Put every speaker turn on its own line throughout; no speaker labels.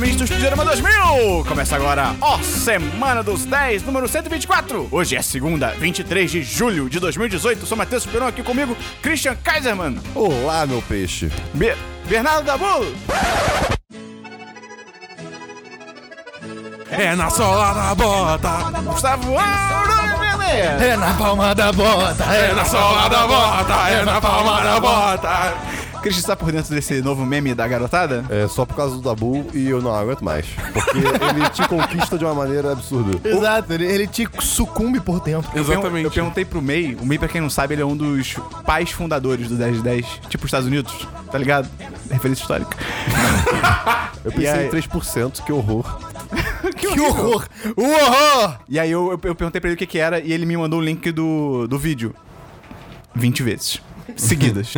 Fliperama 2000! Começa agora, ó, Semana dos 10, número 124. Hoje é segunda, 23 de julho de 2018. Sou Matheus Superon aqui comigo, Christian Kaiserman,
Olá, meu peixe.
Be Bernardo Dabulo.
É na sola da bota,
Gustavo Aurora
É na palma da bota,
é na sola da bota, é na palma da bota.
Christian está por dentro desse novo meme da garotada?
É só por causa do Dabu e eu não aguento mais. Porque ele te conquista de uma maneira absurda.
Exato, ele, ele te sucumbe por dentro.
Eu
Exatamente.
perguntei pro MEI, o MEI, pra quem não sabe, ele é um dos pais fundadores do 10 de 10, tipo os Estados Unidos, tá ligado? Referência histórica.
Eu
E
pensei
aí?
em 3%, que horror.
Que horror! O horror!
E aí eu, eu, eu perguntei pra ele o que que era e ele me mandou o link do, do vídeo. 20 vezes. Seguidas.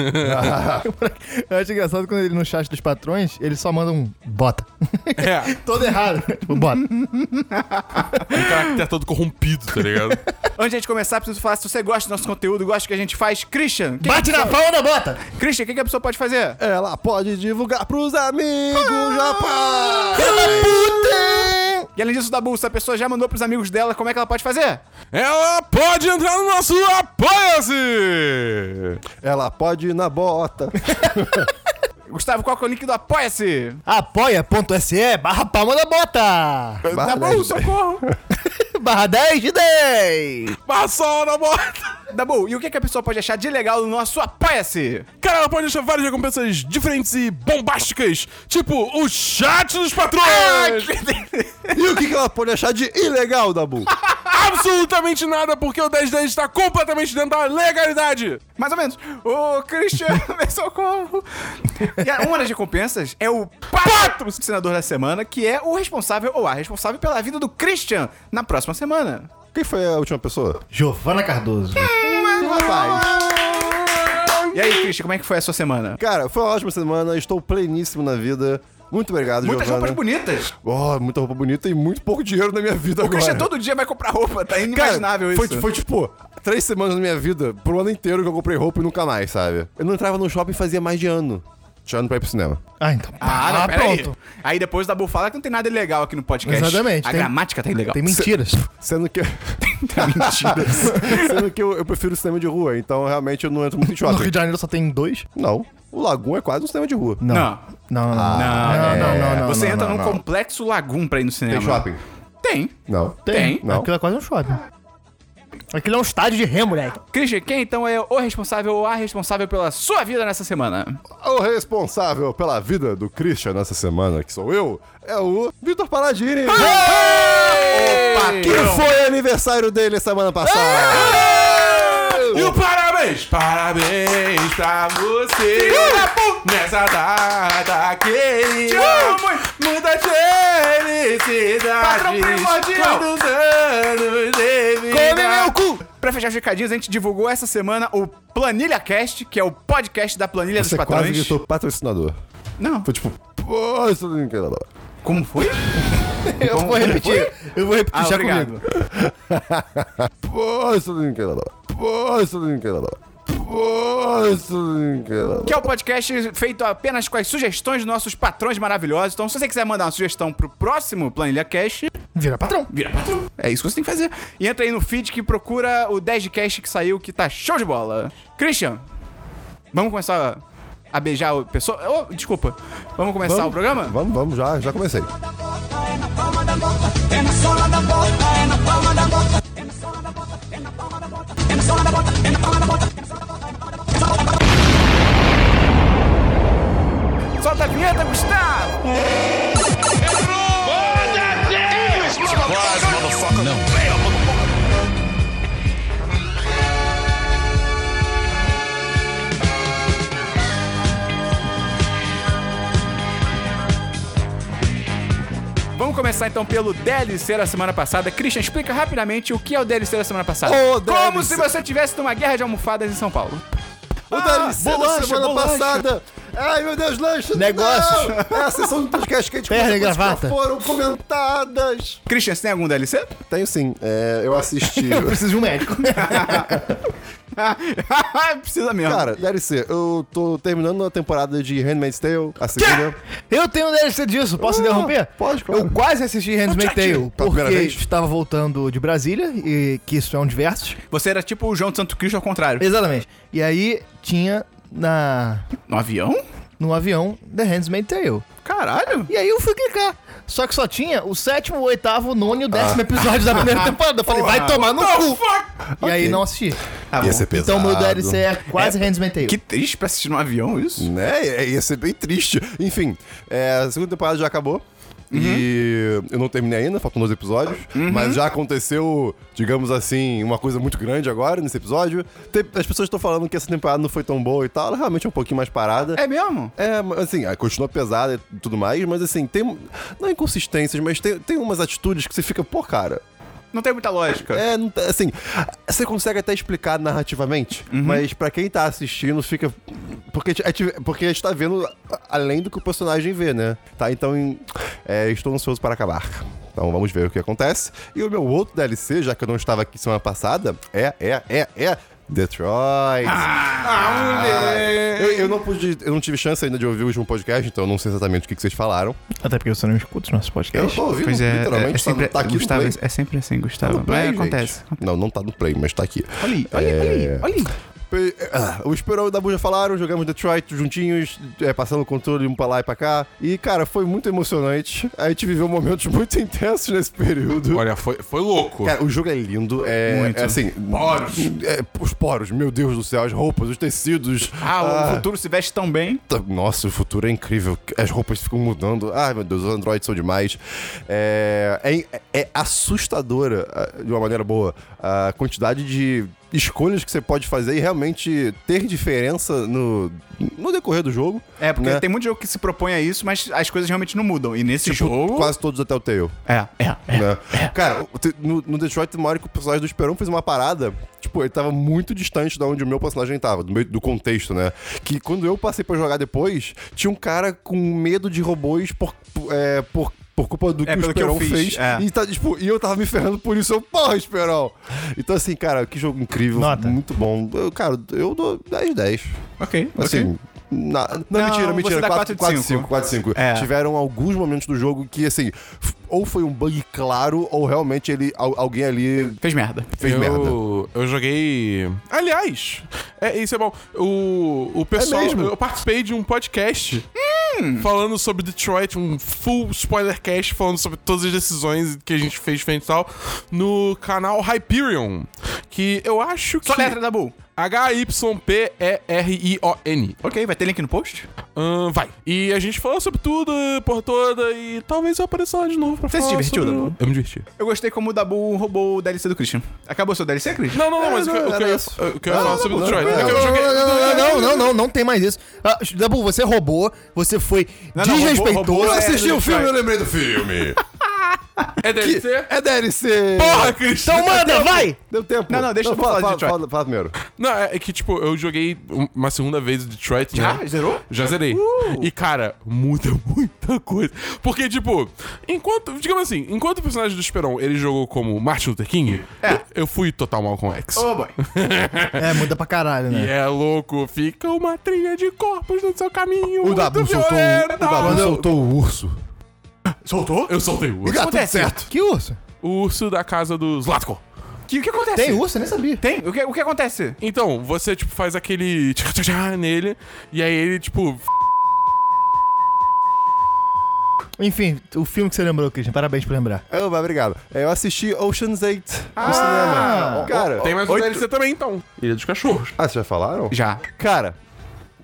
Eu acho engraçado quando ele no chat dos patrões, ele só manda um bota.
É,
Todo errado. tipo, bota.
um caráter todo corrompido, tá ligado?
Antes de a gente começar, preciso falar se você gosta do nosso conteúdo, gosta do que a gente faz. Christian, que-
Bate na palma da bota!
Christian, o que, que a pessoa pode fazer?
Ela pode divulgar pros amigos,
Ah!
rapaz!
E além disso, da bolsa, a pessoa já mandou pros amigos dela, como é que ela pode fazer?
Ela pode entrar no nosso Apoia-se!
Ela pode ir na bota.
Gustavo, qual que é o link do Apoia-se?
Apoia.se barra palma da bota!
Da
Barra
Bull,
10.
socorro!
Barra 10 de 10!
Passou na bota!
Dabu, e o que, que a pessoa pode achar de legal no nosso Apoia-se?
Cara, ela pode achar várias recompensas diferentes e bombásticas, tipo o chat dos patrões!
E o que, que ela pode achar de ilegal, Dabu?
Absolutamente nada, porque o 1010 está completamente dentro da legalidade!
Mais ou menos. Ô, Christian, me socorro. E a- uma das recompensas é o patrocinador da semana, que é o responsável ou a responsável pela vida do Christian na próxima semana.
Quem foi a última pessoa?
Giovana Cardoso. Ah.
Rapaz.
E aí, Christian, como é que foi a sua semana?
Cara, foi uma ótima semana, estou pleníssimo na vida. Muito obrigado,
Muitas
Giovana.
roupas bonitas.
Oh, muita roupa bonita e muito pouco dinheiro na minha vida
O é
agora.
Christian todo dia vai comprar roupa, tá
Cara,
inimaginável
foi,
isso.
Foi tipo, três semanas da minha vida, pro ano inteiro que eu comprei roupa e nunca mais, sabe? Eu não entrava no shopping fazia mais de ano. Tirando pra ir pro cinema.
Ah, então.
Ah, não, pera
pronto.
Aí. aí depois o Dabu fala que não tem nada ilegal aqui no podcast.
Exatamente,
A
tem-
gramática tá ilegal.
Tem mentiras.
Sendo que.
Tem mentiras.
sendo que eu, eu prefiro cinema de rua, então realmente eu não entro muito em
No Rio
shopping.
de Janeiro só tem dois?
Não. O Lagoon é quase um cinema de rua.
Não.
Não.
Não, não,
Não,
não. não, não, não,
Ah, é. Você
não,
entra
não,
num
não.
complexo lagum pra ir no cinema.
Tem shopping?
Tem.
Não.
Tem.
Não.
Aquilo é quase um shopping. Aquilo é um estádio de ré, moleque.
Christian, quem então é o responsável ou a responsável pela sua vida nessa semana?
O responsável pela vida do Christian nessa semana, que sou eu, é o Vitor Paladini.
Ah!
Que foi aniversário dele semana passada.
Ah! E o parabéns! Parabéns pra você! Nessa data
Te
querida!
amo muito.
Muita felicidade!
Patrão primordial.
Quantos anos de vida!
cu! Pra fechar os recadinhos, a gente divulgou essa semana o Planilha Cast, que é o podcast da Planilha
Você
dos
é quase
Patrões.
gritou patrocinador.
Não.
Foi tipo. Pô, isso não é
Como foi?
Eu vou repetir. Eu vou repetir
Ah,
já
obrigado.
comigo.
Que
Que é o podcast feito apenas com as sugestões dos nossos patrões maravilhosos. Então, se você quiser mandar uma sugestão pro próximo Planilha Cast,
Vira patrão.
vira patrão. É isso que você tem que fazer. E entra aí no feed que procura o 10 de cast que saiu, que tá show de bola. Christian, vamos começar a beijar o pessoal. Oh, desculpa. Vamos começar o programa?
Vamos, vamos, já, já comecei.
É na palma da bota, é na sola da bota, é na palma da bota. É na sola da bota, é na palma da bota, é na sola da bota, é na palma da bota, é na sola da bota.
Solta a vinheta, Gustavo! Vamos começar então pelo DLC da semana passada. Christian, explica rapidamente o que é o DLC da semana passada.
O
Como
DLC.
se você tivesse numa guerra de almofadas em São Paulo.
O DLC da
bolacha,
semana
bolacha.
passada. Ai, meu Deus, lanche.
Negócios.
Não. É a sessão do podcast que a gente
Terno e
comenta coisas
gravata.
que não foram comentadas.
Christian, você tem algum DLC?
Tenho sim. É, eu assisti.
Eu preciso de um médico.
Precisa mesmo.
Cara, deve ser. Eu tô terminando a temporada de Handmaid's Tale, a segunda.
Eu tenho um DLC disso, posso
Ah,
interromper?
pode, claro.
Eu quase assisti Handmaid's Tale,
Pela
porque
primeira vez?
estava voltando de Brasília, e que isso é um diversos.
Você era tipo o João de Santo Cristo ao contrário.
Exatamente. E aí tinha na
No avião?
no avião The Handmaid's Tale.
Caralho.
E aí eu fui clicar. Só que só tinha o sétimo, o oitavo, o nono e o décimo
Ah.
episódio da primeira temporada. Eu falei, vai tomar no cu. E aí não assisti.
Tá bom.
Ia ser pesado.
Então meu DLC é quase Handmaid's Tale.
Que triste pra assistir no avião isso.
Né? É, Ia ser bem triste. Enfim, é, a segunda temporada já acabou. E eu não terminei ainda, faltam dois episódios. Mas já aconteceu, digamos assim, uma coisa muito grande agora nesse episódio. Tem- as pessoas estão falando que essa temporada não foi tão boa e tal. Ela realmente é um pouquinho mais parada.
É mesmo?
É, mas, assim, ah, continua pesada e tudo mais, mas assim, tem. Não inconsistências, mas tem, tem umas atitudes que você fica, pô, cara.
Não tem muita lógica.
É, não tá- assim. Você consegue até explicar narrativamente,
Uhum.
mas pra quem tá assistindo fica. Porque, a gente- porque a gente tá vendo a- além do que o personagem vê, né? Tá, então em- é, estou ansioso para acabar. Então vamos ver o que acontece. E o meu outro DLC, já que eu não estava aqui semana passada, é, é, é, é. Detroit.
Ah,
Ah,
Eu, eu não pude, eu não tive chance ainda de ouvir o último podcast, então eu não sei exatamente o que, que vocês falaram.
Até porque você não escuta os nossos
É,
Eu
podcasts.
tô ouvindo, literalmente, tá- tá, aqui
Gustavo,
no play.
é sempre assim,
Tá
Gustavo.
no play,
Mas
gente.
acontece.
Não, não tá no play, mas tá aqui. É,
Olha aí, olha aí, olha aí, olha aí.
Pe- ah, O Esperão e o Dabu já falaram, jogamos Detroit juntinhos, é, passando o controle um pra lá e pra cá. E, cara, foi muito emocionante. A gente viveu momentos muito intensos nesse período.
Olha, foi, foi louco.
Cara, o jogo é lindo, é,
Muito.
é assim...
Poros.
é, os poros, meu Deus do céu, as roupas, os tecidos.
Ah, o futuro se veste tão bem.
Tá- Nossa, o futuro é incrível. As roupas ficam mudando. Ai, meu Deus, os androids são demais. É, é, é assustadora, ah, de uma maneira boa, a quantidade de escolhas que você pode fazer e realmente ter diferença no, no decorrer do jogo.
É, porque
né?
tem muito jogo que se propõe a isso, mas as coisas realmente não mudam. E nesse
Tipo,
jogo.
Quase todos até o Tail.
É, é, é.
né? Cara, o te- no, no Detroit tem uma hora que o personagem do Esperão fez uma parada. Tipo, ele tava muito distante de onde o meu personagem tava, do, meio, do contexto, né? Que quando eu passei pra jogar depois, tinha um cara com medo de robôs por. por- é, por por culpa do que
É,
o
pelo que eu
Esperão
fiz,
fez.
é.
E, tá, tipo, e eu tava me ferrando por isso. Eu, porra, Esperão! Então, assim, cara, que jogo incrível.
Nota.
Muito bom. Eu, cara, eu dou 10 10.
Ok,
Assim.
ok.
na- não,
Não,
mentira,
você
mentira.
dá
4
quatro de
4
cinco.
5, 4 5.
É.
Tiveram alguns momentos do jogo que, assim, f- ou foi um bug claro, ou realmente ele, al- alguém ali
Fez merda.
fez
eu,
merda.
eu joguei. Aliás, é, isso é bom. O, o pessoal.
mesmo?
Eu participei de um podcast falando sobre Detroit, um full spoiler cast falando sobre todas as decisões que a gente fez frente e tal, no canal Hyperion. Que eu acho que.
Só letra da Bull.
H-Y-P-E-R-I-O-N.
Ok, vai ter link no post?
Ahn, vai. E a gente falou sobre tudo, por toda, e talvez eu apareça lá de novo pra
Você se
falar
divertiu,
sobre o-
Dabu?
Eu me diverti.
Eu gostei como o Dabu roubou o DLC do Christian. Acabou seu DLC, Christian?
Não, não, não, mas o que-
não,
o que
era
eu ia-
isso.
o que eu ia falar sobre Detroit.
não,
É que eu
Não,
joguei-
não, não, não, não, não, não tem mais isso. Ah, Dabu, você roubou, você foi
Não, não, roubou,
desrespeitoso.
roubou é-
Assisti o
Detroit.
filme, eu lembrei do filme. Que-
É DLC?
é DLC.
Porra, Cristian!
Então manda, vai!
Deu tempo.
Não, não, deixa eu falar de
fala,
Detroit.
fala, fala primeiro.
Não, é é que, tipo, eu joguei uma segunda vez o Detroit,
Já?
né?
Zerou?
Já zerei.
Uh!
E, cara, muda muita coisa. Porque, tipo, enquanto... Digamos assim, enquanto o personagem do Esperon, ele jogou como Martin Luther King,
É.
eu, eu fui total Malcolm X.
Oh, boy.
É, muda pra caralho, né?
E é louco, fica uma trilha de corpos no seu caminho.
O
muito
Dabu soltou,
violenta.
o Dabu soltou o urso.
Soltou?
Eu soltei o urso.
Tá tudo
acontece?
certo.
Tá Que urso?
O urso da casa dos Zlatko.
Que- O que acontece?
Tem urso? Eu nem sabia.
Tem? um? O que, o que acontece?
Então, você, tipo, faz aquele tchá, tchá, tchá nele, e aí ele, tipo,
Enfim, o filme que você lembrou, Christian, parabéns por lembrar.
Ah, mas obrigado. Eu assisti Ocean's 8 no
Ah,
cinema. Cara,
tem mais um
Oito-
DLC também, então. Ilha dos Cachorros.
ah, vocês já falaram?
Já.
Cara,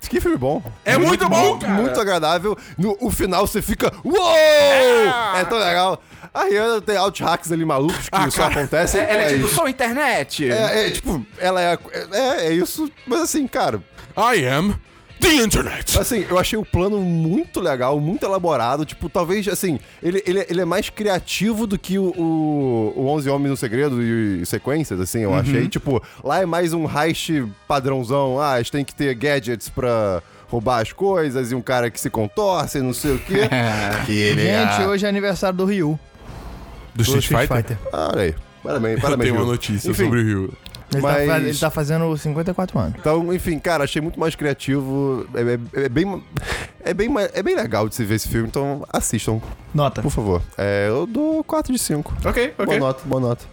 que filme bom.
É muito bom,
muito,
cara.
muito agradável. No o final você fica. Uou!
Ah!
É tão legal. A Rihanna tem alt hacks ali malucos que só acontecem.
Ela é tipo,
isso.
sou internet.
né?
É, é, tipo, ela é, é. É isso, mas assim, cara.
I am the internet.
Assim, eu achei o plano muito legal, muito elaborado. Tipo, talvez, assim, ele, ele, ele é mais criativo do que o, o, o 11 Homens no Segredo e, e sequências, assim,
Uhum.
eu achei. Tipo, lá é mais um heist padrãozão. Ah, eles têm que ter gadgets pra roubar as coisas e um cara que se contorce, não sei o quê. que ele
Gente, hoje é aniversário do Ryu.
Do
do
Street Fighter?
Ah, Olha aí. Parabéns,
Eu
parabéns.
tenho uma
Rio.
notícia
Enfim,
sobre o Rio.
Ele,
Mas-
tá, fa- ele tá fazendo 54 anos.
Então, enfim, cara, achei muito mais criativo. É, é- é bem. É bem, ma- é bem legal de se ver esse filme, então assistam,
Nota.
por favor. É, eu dou 4 de 5.
Ok, ok.
Boa nota, boa nota.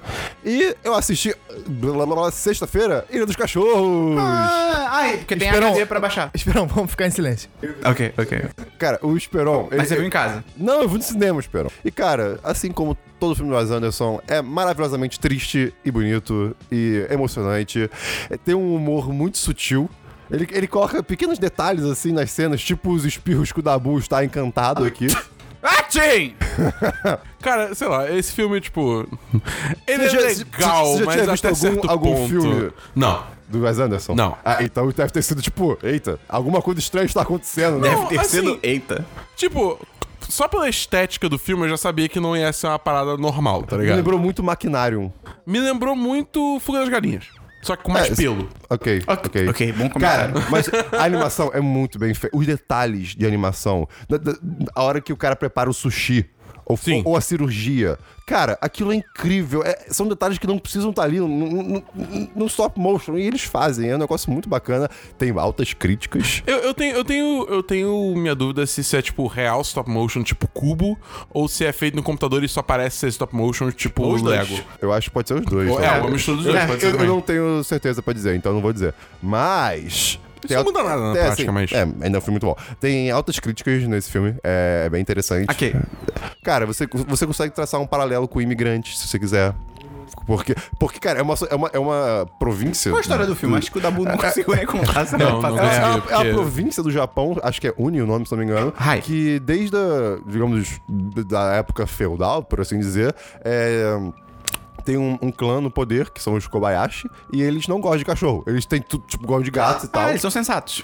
E eu assisti blá, blá, blá, sexta-feira, Ilha dos Cachorros.
Ah, ai, porque tem
Esperão.
HD pra baixar.
Esperão, um, vamos ficar em silêncio.
Ok, ok.
Cara, o Esperon. ele-
Mas você viu em casa.
Não, eu fui no cinema, Esperon. E, cara, assim como todo filme do Wes Anderson, é maravilhosamente triste e bonito e emocionante. É, tem um humor muito sutil. Ele, ele coloca pequenos detalhes assim nas cenas, tipo os espirros que o Dabu está encantado aqui.
Ah, Atim!
Cara, sei lá, esse filme, tipo.
Você
Ele
já-
é legal,
você já
mas
tinha
até
visto algum-
certo
algum
ponto.
filme?
Não.
Do Wes Anderson.
Não.
Ah, então deve ter sido tipo, eita, alguma coisa estranha está acontecendo, né?
Não, assim-
Eita.
Tipo, só pela estética do filme eu já sabia que não ia ser uma parada normal, tá
Me
ligado?
lembrou muito Machinarium.
Me lembrou muito Fuga das Galinhas. Só que com mais
É,
pelo.
Ok, ok.
ok, bom
Cara,
comentário.
mas a animação é muito bem feita. Os detalhes de animação. Da- da- a hora que o cara prepara o sushi. Ou,
Sim.
ou a cirurgia. Cara, aquilo é incrível. É- são detalhes que não precisam estar ali no, no- no- no stop motion. E eles fazem. É um negócio muito bacana. Tem altas críticas.
Eu, eu tenho, eu, tenho, eu tenho minha dúvida se isso é tipo real stop motion, tipo cubo, ou se é feito no computador e só parece ser stop motion, tipo
Ou os dois.
Lego.
Eu acho que pode ser os dois.
Ou-
né?
é, uma mistura dos dois,
É,
pode ser
eu, eu
também.
não tenho certeza pra dizer, então não vou dizer. Mas. tem
não
al-
muda nada na
tem,
prática, mas-
É, ainda é um filme muito bom. Tem altas críticas nesse filme, é, é bem interessante.
Ok.
Cara, você, você consegue traçar um paralelo com imigrantes, se você quiser. Porque, porque cara, é uma, é uma, é uma província. né?
Qual a história do filme? Acho que o Dabu não conseguiu nem contar essa
Não,
É, uma-
não
é uma-
consegui,
é uma,
porque-
província do Japão, acho que é Uni o nome, se não me engano,
Ai.
que desde, a, digamos, da época feudal, por assim dizer, é, Tem um, um clã no poder, que são os Kobayashi, e eles não gostam de cachorro. Eles têm tudo, tipo, gostam de gato e tal.
Ah, eles são sensatos.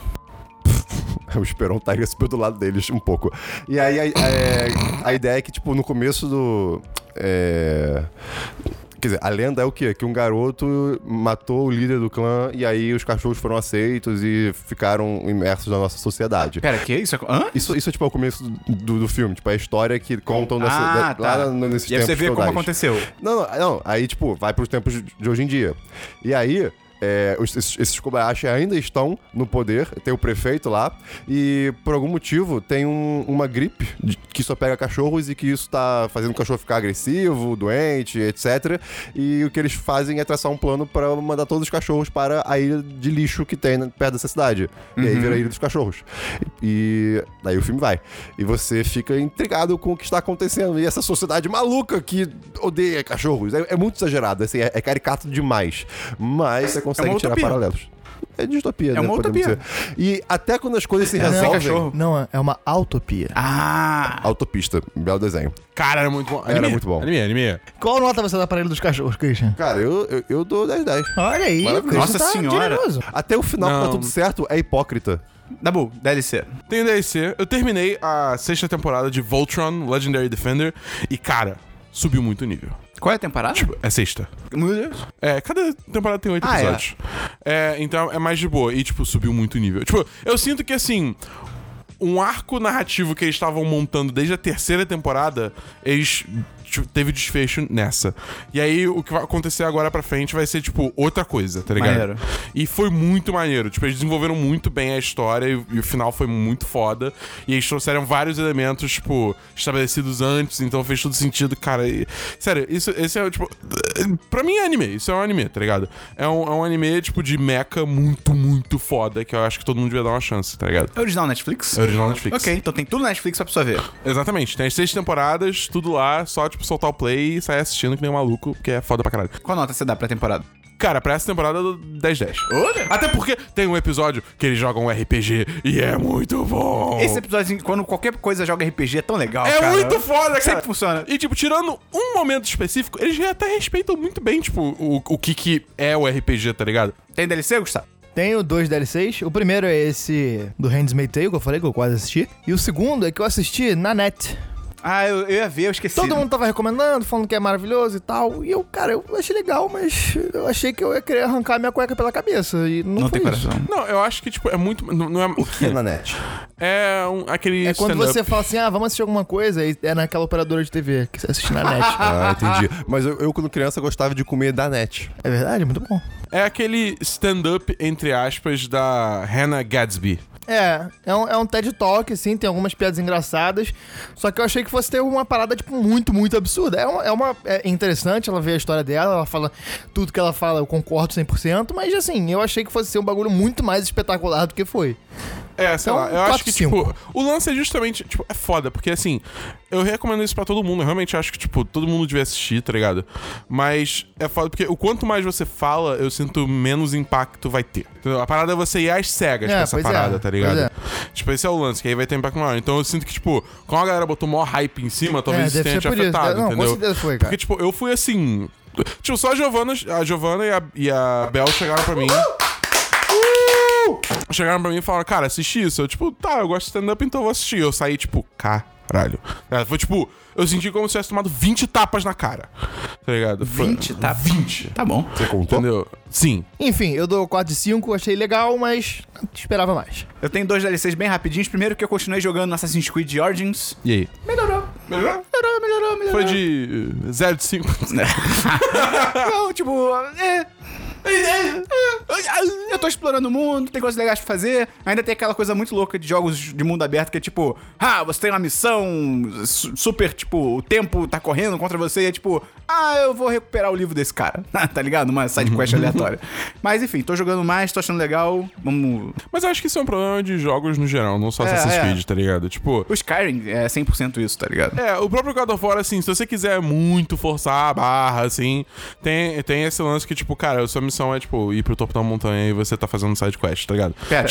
O Esperon tá aí super do lado deles um pouco. E aí a, a- a ideia é que, tipo, no começo do. é, Quer dizer, a lenda é o quê? Que um garoto matou o líder do clã e aí os cachorros foram aceitos e ficaram imersos na nossa sociedade.
Pera, que isso? Hã?
Isso, isso é tipo o começo do, do filme, tipo, a história que contam nessa,
Ah,
da-
tá.
lá no- nesses
E aí você
tempos
vê como
feudais.
aconteceu.
Não, não, não, aí, tipo, vai pros tempos de hoje em dia. E aí, é, os- esses, esses Kobayashi ainda estão no poder, tem o prefeito lá, e por algum motivo tem um- uma gripe de- que só pega cachorros e que isso tá fazendo o cachorro ficar agressivo, doente, etc. E o que eles fazem é traçar um plano pra mandar todos os cachorros para a ilha de lixo que tem na- perto dessa cidade. E
Uhum.
aí vira a ilha dos cachorros. E daí o filme vai. E você fica intrigado com o que está acontecendo. E essa sociedade maluca que odeia cachorros. É, é muito exagerado, assim, é, é caricato demais. Mas você consegue
É uma
tirar
utopia.
paralelos. É distopia, né?
uma
podemos
utopia. É,
dizer. E até quando as coisas se resolvem...
cachorro.
Não, é- é uma autopia.
Ah!
Autopista, belo desenho.
Cara, era muito bom.
Era muito bom.
Anime, anime.
Qual nota você dá pra ele dos cachorros, Christian?
Cara, eu, eu, eu dou 10 10.
Olha aí, o Christian
Nossa
tá
senhora.
generoso.
Até o final que
Não.
tá tudo certo é hipócrita.
Dabu, DLC.
Tem o DLC. Eu terminei a sexta temporada de Voltron, Legendary Defender, e cara, subiu muito o nível.
Qual é a temporada?
É sexta.
Meu Deus.
É, cada temporada tem oito
Ah, é.
episódios. É, então é mais de boa. E, tipo, subiu muito o nível. Tipo, eu sinto que, assim, um arco narrativo que eles estavam montando desde a terceira temporada, eles tipo, teve desfecho nessa. E aí, o que vai acontecer agora pra frente vai ser, tipo, outra coisa, tá ligado?
Maneiro.
E foi muito maneiro. Tipo, eles desenvolveram muito bem a história e, e o final foi muito foda. E eles trouxeram vários elementos, tipo, estabelecidos antes, então fez todo sentido, cara. E- sério, isso, esse é, tipo. Pra mim é anime, isso é um anime, tá ligado? É um, é um anime, tipo, de mecha muito, muito foda, que eu acho que todo mundo devia dar uma chance, tá ligado?
É original Netflix?
É original Netflix.
Ok, então tem tudo na Netflix pra pessoa ver.
Exatamente, tem as seis temporadas, tudo lá, só, tipo, soltar o play e sair assistindo que nem um maluco, porque é foda pra caralho.
Qual nota você dá pra temporada?
Cara, pra essa temporada eu dou 10-10.
Olha!
Até porque tem um episódio que eles jogam um RPG e é muito bom.
Esse é episódio, quando qualquer coisa joga RPG, é tão legal.
é
cara.
muito foda, cara.
Sempre funciona.
E, tipo, tirando um momento específico, eles até respeitam muito bem, tipo, o, o que, que é o RPG, tá ligado?
Tem DLC, Gustavo?
Tenho dois DLCs. O primeiro é esse do Handmaid's Tale, que eu falei que eu quase assisti. E o segundo é que eu assisti na net.
Ah, eu, eu ia ver, eu esqueci.
Todo mundo tava recomendando, falando que é maravilhoso e tal. E eu, cara, eu achei legal, mas eu achei que eu ia querer arrancar minha cueca pela cabeça. E não,
Não
foi
tem
isso.
coração.
Não, eu acho que, tipo, é muito. Não, não é. O quê?
Na net.
É um, aquele.
É quando
stand-up.
você fala assim, ah, vamos assistir alguma coisa, e é naquela operadora de TV que você assiste na net.
Ah, entendi. Mas eu, eu, quando criança, gostava de comer da net.
é verdade, muito bom.
É aquele stand-up, entre aspas, da Hannah Gadsby.
É, é um, é um TED Talk, assim, tem algumas piadas engraçadas. Só que eu achei que fosse ter uma parada, tipo, muito, muito absurda. É uma. É, uma- é interessante ela ver a história dela, ela fala tudo que ela fala, eu concordo 100%, mas assim, eu achei que fosse ser um bagulho muito mais espetacular do que foi.
É, sei
Então,
lá, eu acho
quatro,
que,
cinco.
tipo, o lance é justamente, tipo, é foda, porque assim, eu recomendo isso pra todo mundo, eu realmente acho que, tipo, todo mundo devia assistir, tá ligado? Mas é foda, porque o quanto mais você fala, eu sinto menos impacto vai ter. Entendeu? A parada é você ir às cegas
É,
com essa
pois é,
parada, tá ligado?
pois é.
Tipo, esse é o lance, que aí vai ter impacto maior. Então eu sinto que, tipo, como a galera botou maior hype em cima, talvez isso
É, deve
tenha
ser
te
por isso.
afetado,
Não, com
entendeu?
certeza foi, cara.
Porque, tipo, eu fui assim. Tipo, só a Giovana, a Giovana e a, e a Bel chegaram pra mim.
Uh!
Chegaram pra mim e falaram, cara, assisti isso. Eu, tipo, tá, eu gosto de stand-up, então eu vou assistir. Eu saí, tipo, caralho. É, Foi tipo, eu senti como se tivesse tomado 20 tapas na cara. Tá ligado? Foi-
20, tá? 20. Tá bom.
Você contou?
Entendeu? Sim.
Enfim, eu dou 4 de 5, achei legal, mas esperava mais.
Eu tenho dois DLCs bem rapidinhos. Primeiro que eu continuei jogando Assassin's Creed Origins.
E aí?
Melhorou.
Melhorou?
Melhorou, melhorou, melhorou.
Foi de 0 de 5.
É. Não, tipo... É... Eu tô explorando o mundo, tem coisas legais pra fazer. Ainda tem aquela coisa muito louca de jogos de mundo aberto que é tipo, ah, você tem uma missão su- super, tipo, o tempo tá correndo contra você e é tipo, ah, eu vou recuperar o livro desse cara. tá ligado? Uma sidequest
Uhum.
aleatória. Mas enfim, tô jogando mais, tô achando legal. Vamos.
Mas eu acho que isso é um problema de jogos no geral, não só
É,
Assassin's
é.
Creed, tá ligado? Tipo,
O Skyrim é 100% isso, tá ligado?
É, o próprio God of War, assim, se você quiser muito forçar a barra, assim, tem, tem esse lance que, tipo, cara, a sua missão é, tipo, ir pro topo da montanha e você tá fazendo side quest, tá ligado?
Pera,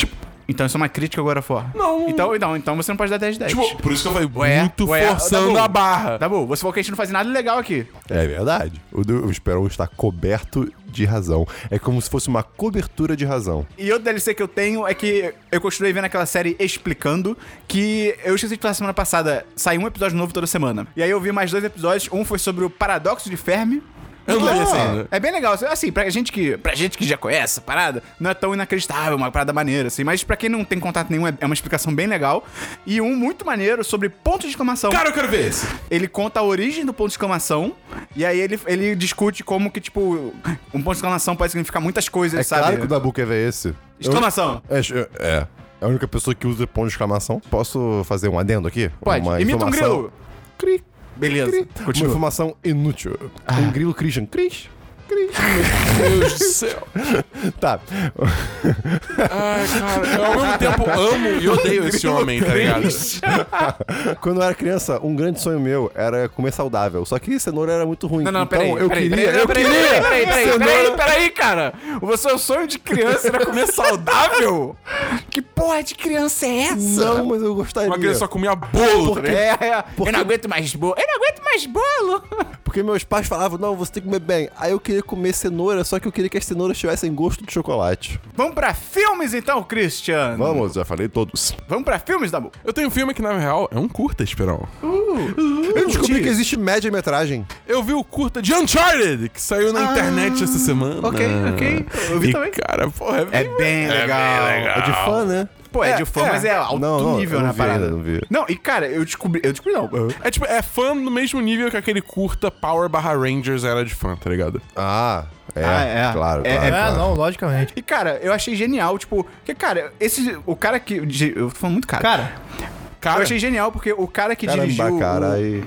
então isso é uma crítica agora fora.
Não.
Então, então, então você não pode dar 10 de 10.
Tipo, por isso que eu falei,
Ué,
muito
ué,
forçando
Dabu,
a barra.
Dabu, você falou que a gente não faz nada legal aqui.
É verdade. O, do, o Esperon está coberto de razão. É como se fosse uma cobertura de razão.
E outro DLC que eu tenho é que eu continuei vendo aquela série Explicando, que eu esqueci de falar semana passada, saiu um episódio novo toda semana. E aí eu vi mais dois episódios, um foi sobre o paradoxo de Fermi.
Eu não vi esse
Ah,
ainda.
É bem legal, assim, pra gente que, pra gente que já conhece a parada, não é tão inacreditável, uma parada maneira, assim, mas pra quem não tem contato nenhum, é é uma explicação bem legal. E um muito maneiro sobre ponto de exclamação.
Cara, eu quero ver esse.
ele conta a origem do ponto de exclamação e aí ele, ele discute como que, tipo, um ponto de exclamação pode significar muitas coisas,
É
sabe?
claro que o Dabu quer ver esse.
Exclamação.
Eu- é, é. É a única pessoa que usa ponto de exclamação. Posso fazer um adendo aqui?
Pode.
Uma
Imita um
informação-
grilo.
Cri,
Beleza.
cri. Uma
Continua. Ah.
informação inútil. Um grilo Christian. Cris. Cris.
Meu Deus do céu.
tá.
Ai, cara, eu ao mesmo tempo amo e odeio esse homem, tá ligado?
Quando eu era criança, um grande sonho meu era comer saudável. Só que cenoura era muito ruim.
Não, não,
então,
peraí.
eu
peraí,
queria.
peraí,
eu
peraí,
queria.
Peraí, peraí, peraí,
cenoura-
peraí, peraí, cara. O seu sonho de criança era comer saudável? Que porra de criança é essa?
Não, mas eu gostaria.
Uma criança só comia bolo, tá ligado?
É, é. Eu não aguento mais bolo. Eu não aguento mais bolo.
Porque meus pais falavam, não, você tem que comer bem. Aí eu queria comer cenoura, só que eu queria que as cenouras tivessem gosto de chocolate.
Vamos pra filmes então, Christian.
Vamos, já falei todos.
Vamos pra filmes, Dabu.
Eu tenho um filme que, na real, é um curta, Esperão.
Eu descobri que existe média-metragem.
Eu vi o curta de Uncharted, que saiu na internet essa semana.
ok, ok. Eu vi
e,
também.
cara, porra, é
É bem legal.
É de fã, né?
Pô, é, de fã, mas é alto
Não, não,
nível
eu não
na
vi
parada.
ainda, não vi. Uhum.
Não, e cara, eu descobri. Eu descobri não. Eu-
É tipo, é fã no mesmo nível que aquele curta Power barra Rangers era de fã, tá ligado?
Ah, é.
Ah, é.
Claro,
É-
claro,
é-
Ah,
claro.
não, logicamente.
E cara, eu achei genial, tipo, que cara, esse. O cara que. de- Eu tô falando muito cara.
Cara,
Eu
Cara,
achei genial, porque o cara que dirigiu.
Caramba,
o-
cara, aí...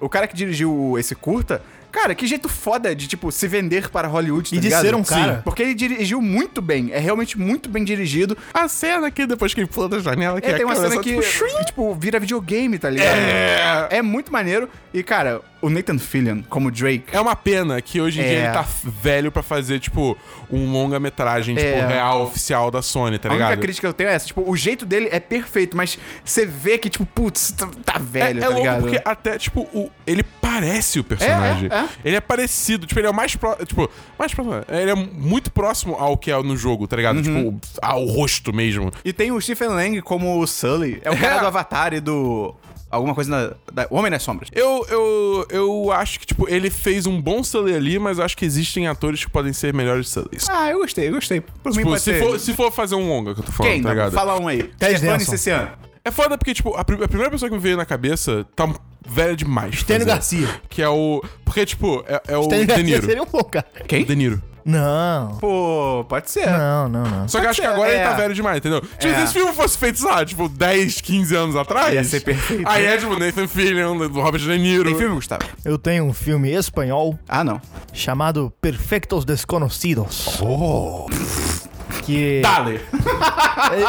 O, cara que dirigiu o- esse curta. Cara, que jeito foda de, tipo, se vender para Hollywood, tá
E de
ligado?
ser um cara.
Porque ele dirigiu muito bem. É realmente muito bem dirigido.
a cena que depois que ele pula da janela, que
É,
a
tem uma
câmera
cena
só,
que,
tipo, shoo,
que, tipo, vira videogame, tá ligado? É. muito maneiro. E, cara, o Nathan Fillion, como Drake,
É uma pena que hoje em dia
É.
ele tá velho pra fazer, tipo, um longa-metragem,
É.
tipo, real oficial da Sony, tá
A única
ligado?
crítica que eu tenho é essa, tipo, o jeito dele é perfeito, mas você vê que, tipo, putz, tá, tá velho,
é, é
tá
louco
ligado?
porque até, tipo, o, ele parece o personagem.
É, é, é.
Ele é parecido, tipo, ele é o mais próximo. Tipo, mais próximo. Ele é muito próximo ao que é no jogo, tá ligado?
Uhum.
Tipo, ao rosto mesmo.
E tem o Stephen Lang como o Sully, é o cara
É.
do Avatar e do... Alguma coisa na... da- O Homem nas Sombras.
Eu, eu, eu acho que, tipo, ele fez um bom Sully ali, mas eu acho que existem atores que podem ser melhores Sullys.
Ah, eu gostei, eu gostei. Por mim
Tipo,
pode
se,
ser...
for, se for fazer um longa que eu tô falando,
Quem?
tá ligado?
Fala um aí.
Ted
Stefani
Danson.
Ceciano.
É foda porque, tipo, a, pri- a primeira pessoa que me veio na cabeça tá velha demais. tá
Tênio
fazer.
Garcia.
Que é o... Porque, tipo, é, é o
Tênio
De
Garcia
Niro.
seria um bom, cara.
Quem?
De Niro.
Não.
Pô, pode ser.
Não, não, não.
Só que eu acho que
ser,
agora ele
é.
tá velho demais, entendeu? Tipo,
É.
se esse filme fosse feito, sei lá, tipo, 10, 15 anos atrás.
Ia ser perfeito. né?
Aí é tipo Nathan Fillion, Robert De Niro.
Tem filme, Gustavo?
Eu tenho um filme espanhol
Ah, não.
chamado Perfectos Desconocidos. Oh. Tá. Que
Dale.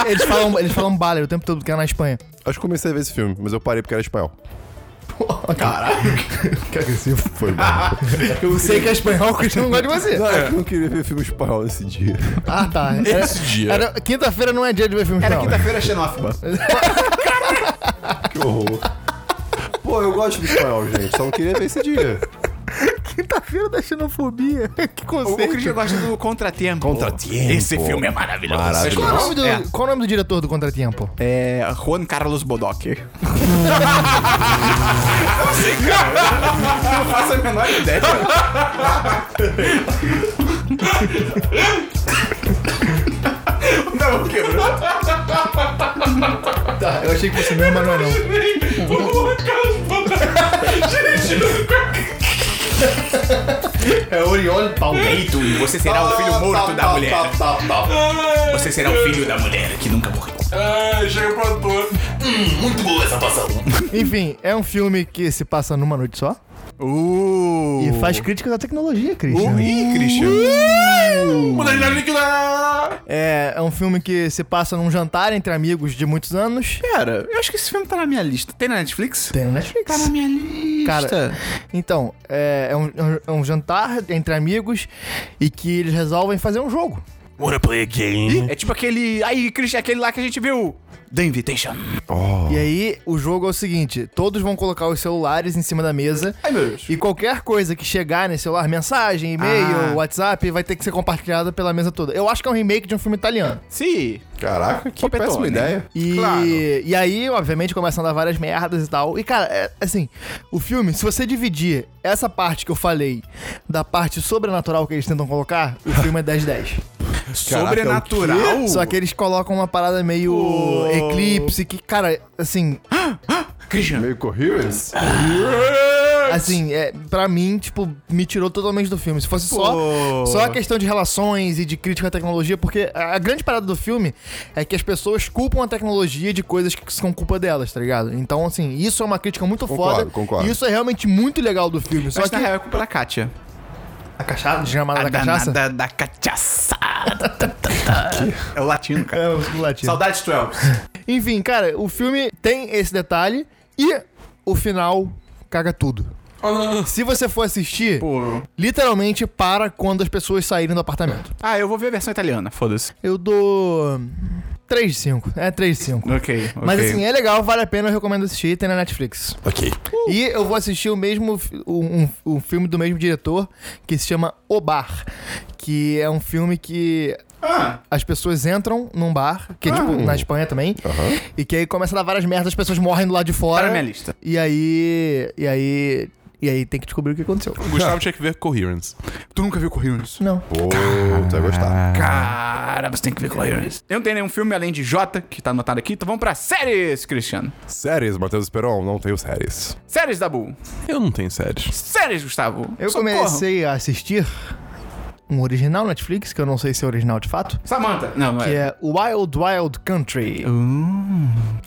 eles falam, eles falam bala o tempo todo que é na Espanha.
Acho que comecei a ver esse filme, mas eu parei porque era espanhol.
Que agressivo.
Foi mal.
Eu sei que é espanhol, que não gosta de você.
Não, é. eu não queria ver filme espanhol nesse dia.
Ah, tá. Era-
Esse dia.
era- Quinta-feira não é dia de ver filme
Era
espanhol.
quinta-feira é xenófoba.
Que horror. Pô, eu gosto de espanhol, gente. Só não queria ver esse dia.
Quinta-feira da xenofobia. Que
O, o
conceito.
Christian gosta do Contratempo.
Contratempo.
Esse filme é maravilhoso.
Maravilhoso.
Qual é o nome do,
É.
qual é o nome do diretor do Contratempo?
É Juan Carlos Bodoque. Não sei, cara. Não faço a menor ideia. Não, quebrou.
Eu achei que fosse mesmo, mas não é não.
É Oriol Palmeito e você será o filho morto da
É.
mulher. tá. Você será o filho da mulher que nunca morreu.
Ah, chega pro ator. Hum,
Enfim, é um filme que se passa numa noite só.
Uh.
E faz críticas à tecnologia, Christian.
Ih, Christian.
Modernidade líquida!
É, é um filme que se passa num jantar entre amigos de muitos anos.
Pera, eu acho que esse filme tá na minha lista. Tem na Netflix?
Tem no Netflix.
Tá na minha lista.
Cara, então, é, é um, é um jantar entre amigos e que eles resolvem fazer um jogo.
Wanna play a game?
É tipo aquele. Aí, Christian, aquele lá que a gente viu. The Invitation.
E aí, o jogo é o seguinte: todos vão colocar os celulares em cima da mesa.
Ai, meu Deus.
E qualquer coisa que chegar nesse celular, mensagem, e-mail,
Ah.
WhatsApp, vai ter que ser compartilhada pela mesa toda. Eu acho que é um remake de um filme italiano.
Sim.
Caraca, que
Copetone.
péssima ideia.
E,
Claro.
e aí, obviamente, começam a dar várias merdas e tal. E, cara, é- assim, o filme, se você dividir essa parte que eu falei da parte sobrenatural que eles tentam colocar, o filme é 10-10.
Sobrenatural.
Só que eles colocam uma parada meio
Pô.
eclipse, que, cara, assim,
Christian.
Meio Coherence?
assim, é, pra mim, tipo, me tirou totalmente do filme. Se fosse
Pô.
só, só a questão de relações e de crítica à tecnologia, porque a a grande parada do filme é que as pessoas culpam a tecnologia de coisas que são culpa delas, tá ligado? Então, assim, isso é uma crítica muito
Concordo,
foda.
concordo.
E isso é realmente muito legal do filme. Só
Mas
que
na real é culpa da Kátia. é
a cachaça, desgramada
A
da cachaça.
danada Ah, da cachaça. é o latino, cara.
É, o estilo latino.
Saudades 12.
Enfim, cara, o filme tem esse detalhe e o final caga tudo. Se você for assistir, literalmente para quando as pessoas saírem do apartamento.
Ah, eu vou ver a versão italiana, foda-se.
Eu dou 3 de 5. É 3 de 5.
Ok, ok. Tá
Mas assim, é legal, vale a pena, eu recomendo assistir, tem na Netflix.
Ok.
E eu vou assistir o mesmo fi- um, um- um filme do mesmo diretor, que se chama O Bar, que é um filme que
Ah,
as pessoas entram num bar, que é tipo na Espanha também, e que aí começa a dar várias merdas, as pessoas morrem do lado de
para
fora.
minha lista.
E aí. E aí. E aí tem que descobrir o que aconteceu.
O Gustavo tinha que ver Coherence.
Tu nunca viu Correios?
Não.
Pô, tu vai
Tá, Ah.
gostar.
Cara, você tem que ver é Correios. Eu não tenho nenhum filme além de Jota, que tá anotado aqui. Então vamos pra séries, Cristiano.
Séries, Matheus Esperon, não tenho séries.
Séries, Dabu.
Eu não tenho séries.
Séries, Gustavo.
Eu
Socorro.
comecei a assistir um original Netflix, que eu não sei se é original de fato,
Samantha. Não, não
que
é.
é Wild Wild Country,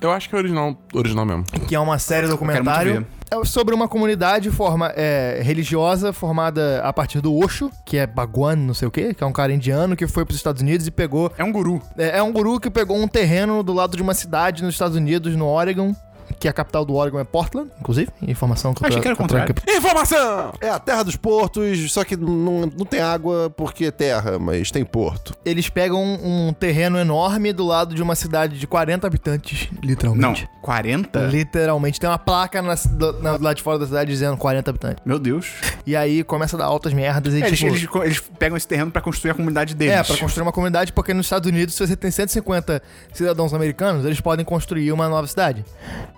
Eu acho que é original, original mesmo.
que é uma série documentário
muito
é sobre uma comunidade forma, é, religiosa formada a partir do Osho, que é Bhagwan, não sei o quê, que é um cara indiano que foi pros Estados Unidos e pegou
É um guru.
É, é um guru que pegou um terreno do lado de uma cidade nos Estados Unidos, no Oregon, que a capital do Oregon é Portland, inclusive. Informação que eu
Achei
tra-
que era o
eu trago
contrário.
aqui.
Informação!
É a terra dos portos, só que não, não tem água porque é terra, mas tem porto.
Eles pegam um, um terreno enorme do lado de uma cidade de 40 habitantes,
Não, É.
literalmente.
40?
Literalmente, tem uma placa na, ci- do, na- do lado de fora da cidade dizendo 40 habitantes.
Meu Deus.
E aí começa a dar altas merdas e
É, eles,
tipo.
eles, eles pegam esse terreno pra construir a comunidade deles.
É, pra construir uma comunidade, porque nos Estados Unidos, se você tem 150 cidadãos americanos, eles podem construir uma nova cidade.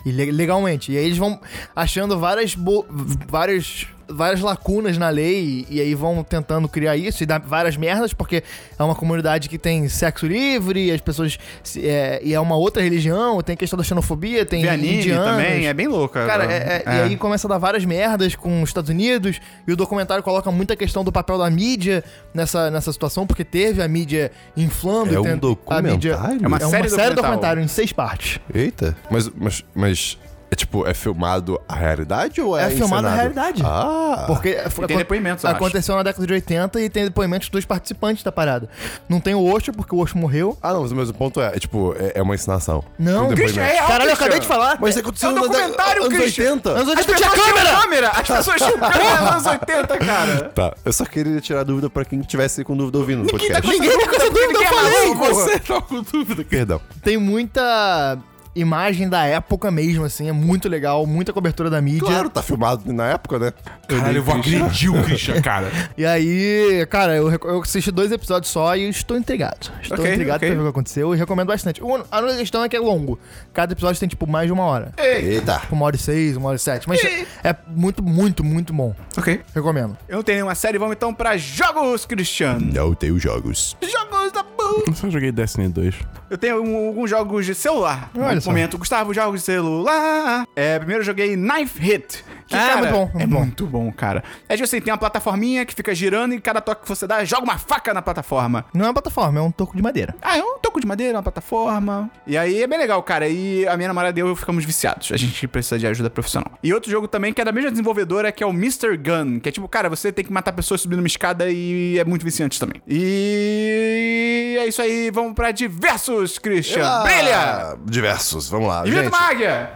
E le- legalmente. E aí eles vão achando várias, bo- várias várias lacunas na lei e aí vão tentando criar isso e dar várias merdas, porque é uma comunidade que tem sexo livre, e as pessoas. se- é, e é uma outra religião, tem questão da xenofobia, tem
Vê anime
indianos.
também, é bem louca.
Cara, é- é- e aí começa a dar várias merdas com os Estados Unidos, e o documentário coloca muita questão do papel da mídia nessa, nessa situação, porque teve a mídia inflando.
É
e
um
tendo
documentário?
A mídia,
É
uma
é uma
série
série,
documental.
documentário em seis partes.
Eita. Mas, mas, mas é tipo, é filmado a realidade ou é
É filmado a
encenado?
realidade.
Ah.
Porque foi-
tem depoimentos, eu acho.
aconteceu na década de 80 e tem depoimentos dos participantes da parada. Não tem o Osho, porque o Osho morreu.
Ah, não, mas, mas o ponto é, é tipo, é, é uma ensinação. Um
Não.
Christian, é
depoimento.
real,
Caralho, eu
Christian.
acabei de falar.
Mas isso aconteceu
É um
nos anos-
documentário,
anos
Christian.
80.
Anos
As
80 tinha
pessoas tinham
câmera!
câmera! As pessoas tinham câmera nos anos 80, cara.
Tá, eu só queria tirar dúvida pra quem tivesse com dúvida ouvindo o
tá
podcast.
com-
Ninguém tá com essa dúvida, eu
Ninguém é
falei!
maluco.
Você tá com dúvida.
Perdão.
Tem muita imagem da época mesmo, assim. É muito legal, muita cobertura da mídia.
Claro, tá filmado na época, né?
Caralho, eu vou agredir o Christian, cara.
E aí, cara, eu, reco- eu assisti dois episódios só e estou intrigado. Estou
Ok,
intrigado
ok.
pra ver o que aconteceu e recomendo bastante. O- a única questão é que é longo. Cada episódio tem, tipo, mais de uma hora.
Eita.
Tipo, uma hora e seis, uma hora e sete. Mas é muito, muito, muito bom.
Ok.
Recomendo.
Eu não tenho nenhuma série, vamos então pra jogos, Christian.
Não tenho jogos.
Jogos da boa.
Eu só joguei Destiny 2.
Eu tenho um- alguns jogos de celular.
Olha
no
só.
momento, Gustavo, jogos de celular. É, primeiro eu joguei Knife Hit. Que,
Ah,
cara,
muito bom,
É
muito bom.
muito bom, cara. É tipo assim, tem uma plataforminha que fica girando e cada toque que você dá, joga uma faca na plataforma.
Não é uma plataforma, é um toco de madeira.
Ah, é um toco de madeira, uma plataforma. E aí é bem legal, cara. E a minha namorada e eu ficamos viciados. A gente precisa de ajuda profissional. E outro jogo também que é da mesma desenvolvedora, que é o Mr. Gun. Que é tipo, cara, você tem que matar pessoas subindo uma escada e é muito viciante também. E é isso aí. Vamos pra diversos, Christian. Brilha!
Ah, Diversos, vamos lá.
Invita
gente.
uma águia!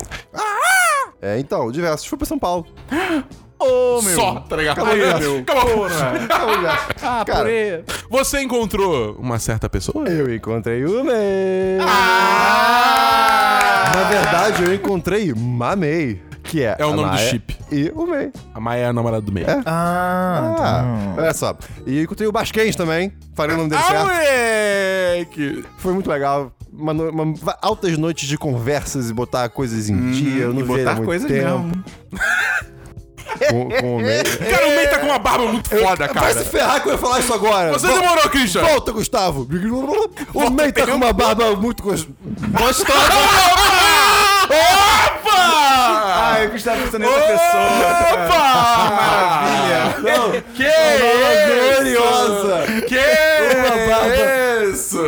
É, então, diversos. Fui pra São Paulo.
Ô, meu.
Só, tá ligado?
Acabou,
Acabou,
meu.
Acabou.
Então, diversos.
Ah,
Cara,
purê.
Você encontrou uma certa pessoa?
Eu encontrei o May.
Ah!
Ah.
Na verdade, eu encontrei Mamei, que é
É o
a
nome do
Maia
chip.
E o May.
A Maia é a namorada do meio.
É?
Ah,
tá.
Ah, olha só. E eu encontrei o Basquens também. Falei o nome
Ah,
dele certo.
moleque!
Foi muito legal. Uma no- uma- va- altas noites de conversas e botar coisas em dia.
Hum,
Eu não
E
vi ele há
botar
muito
coisas
tempo.
mesmo.
Com, com o May.
Cara, o meio tá com uma barba muito foda,
Vai
cara.
se ferrar que eu ia falar isso agora.
Você
Vol-
demorou, Christian!
Volta, Gustavo. O May tá com uma barba muito gos- gostosa.
Opa!
Ah, eu estava pensando em outra pessoa.
Ah, Opa!
Maravilha.
Não,
Que isso?
gloriosa.
Que
Uma barba.
isso?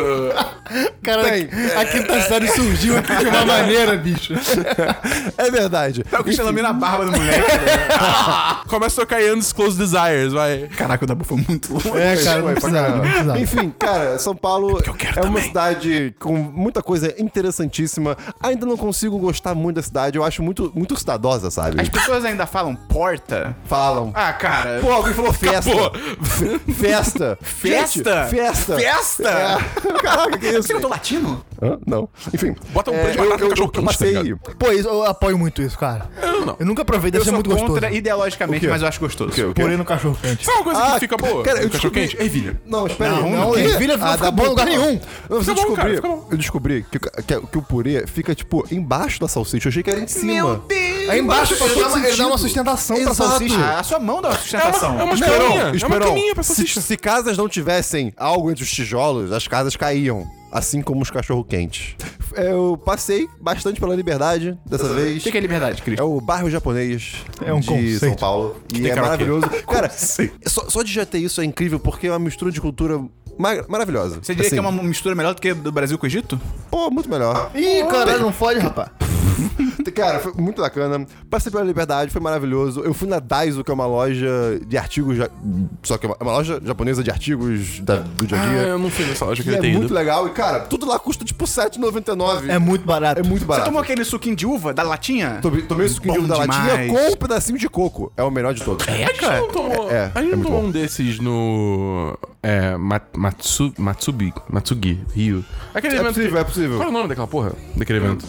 cara,
Tem.
a quinta série surgiu aqui de uma maneira, bicho.
É verdade.
Tá o Christian lambendo a barba do moleque.
Começa a tocar Yannis Close Desires, vai.
Caraca, o Dabu foi muito longe.
É, cara, não
Foi pra
precisava, não
caramba.
precisava.
Enfim, cara, São Paulo
eu
é
quero
uma
também.
cidade com muita coisa interessantíssima. Ainda não consigo gostar muito da cidade. Eu acho muito, muito cidadosa, sabe?
As pessoas ainda falam porta?
falam.
Ah, cara.
Pô, alguém falou festa. Fe- Festa.
Festa?
Gente, festa.
Festa?
É. Caraca, que isso?
eu tô latino?
Hã? Não. Enfim.
Bota um
é,
preço de
eu-
batata
eu-
cachorro
Eu
quente,
passei...
tá ligado?
Pô, isso- eu apoio muito isso, cara. Eu
não.
nunca provei, deve
Eu
ser
sou
muito
contra
gostoso.
ideologicamente,
O quê?
mas eu acho gostoso.
Porém no cachorro quente.
Sabe uma coisa
Ah,
que fica boa?
Cara, eu
No cachorro
descobri...
quente? Ervilha.
Não, espera aí.
Não, não,
o quê?
ervilha
Ah,
não fica
dá
bom em lugar
pra-
nenhum.
Não, você
Fica tá bom, cara,
descobri,
fica bom.
eu descobri que, o ca- que- que o purê fica, tipo, embaixo da salsicha. Eu achei que era em cima.
Deus!
Aí embaixo, pô,
Faz
ele dá uma- ele dá
sentido.
uma sustentação pra
Exato.
salsicha.
Ah, a sua mão dá uma sustentação.
é uma-
Não,
Esperão, esperão.
se, se casas não tivessem algo entre os tijolos, as casas caíam. Assim como os cachorro-quentes.
É,
Eu passei bastante pela liberdade dessa vez.
O que que é liberdade, Cris?
É o bairro japonês
É um
de
conceito.
São Paulo. E
tem
é
karaokê.
maravilhoso. Cara, só, só de já ter isso é incrível, porque é uma mistura de cultura ma- maravilhosa.
Você diria
Assim,
que é uma mistura melhor do que do Brasil com o Egito?
Pô, muito melhor.
Ih, caralho, não fode, rapaz.
Cara, foi muito bacana. Passei pela Liberdade, foi maravilhoso. Eu fui na Daiso, que é uma loja de artigos... ja- Só que é uma, é uma loja japonesa de artigos da- do dia a
Ah,
dia.
eu não fui nessa loja que
E
ele
é
tem
muito
ido.
legal. E, cara, tudo lá custa tipo 7,99.
É muito barato.
É muito
Você
barato.
tomou aquele suquinho de uva da latinha?
Tomei, tomei esse suquinho
Bom
da latinha
demais.
com um pedacinho de coco. É o melhor de todos.
A gente não tomou,
É, é,
a gente
é
não
muito
tomou
bom.
um desses no. É, Ma- Matsu, Matsubi, Matsugi, Rio. Aquele
É
evento.
possível,
que-
é Hum, possível.
Qual é o nome daquela porra? Daquele evento?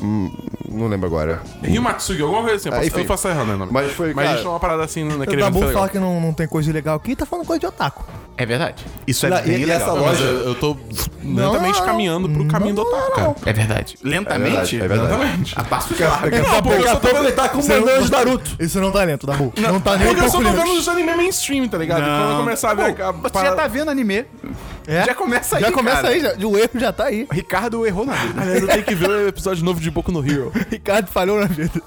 Não lembro agora.
Rio Matsugi, alguma coisa assim. Eu
É,
posso,
enfim.
eu posso estar errando o nome.
Mas foi,
Mas a
cara-
gente tomou uma parada assim naquele
O Dabu
evento. foi legal.
fala que não, não tem coisa ilegal aqui, tá falando coisa de otaku.
É verdade. Isso é
Não, e-
bem
e
legal.
essa
Não, mas eu, eu tô lentamente
não, não.
caminhando pro caminho do otaku, cara.
É verdade. Lentamente?
verdade, é verdade.
Lentamente. A passo largo.
Não, porque eu só tô vendo...
tá com
Você não-
banana de Naruto.
Isso não tá lento, Dabu. Não, tá nem um
Porque eu só
pouco
tô
lento.
vendo os anime mainstream, tá ligado?
Não.
Quando eu começar a ver... a- a
Você já
parada-
tá vendo anime.
É?
Já começa aí,
Já começa
cara.
aí, já, o erro já tá aí.
Ricardo errou na vida.
Aliás, eu tenho que ver o episódio novo de Boku no Hero.
Ricardo falhou na vida.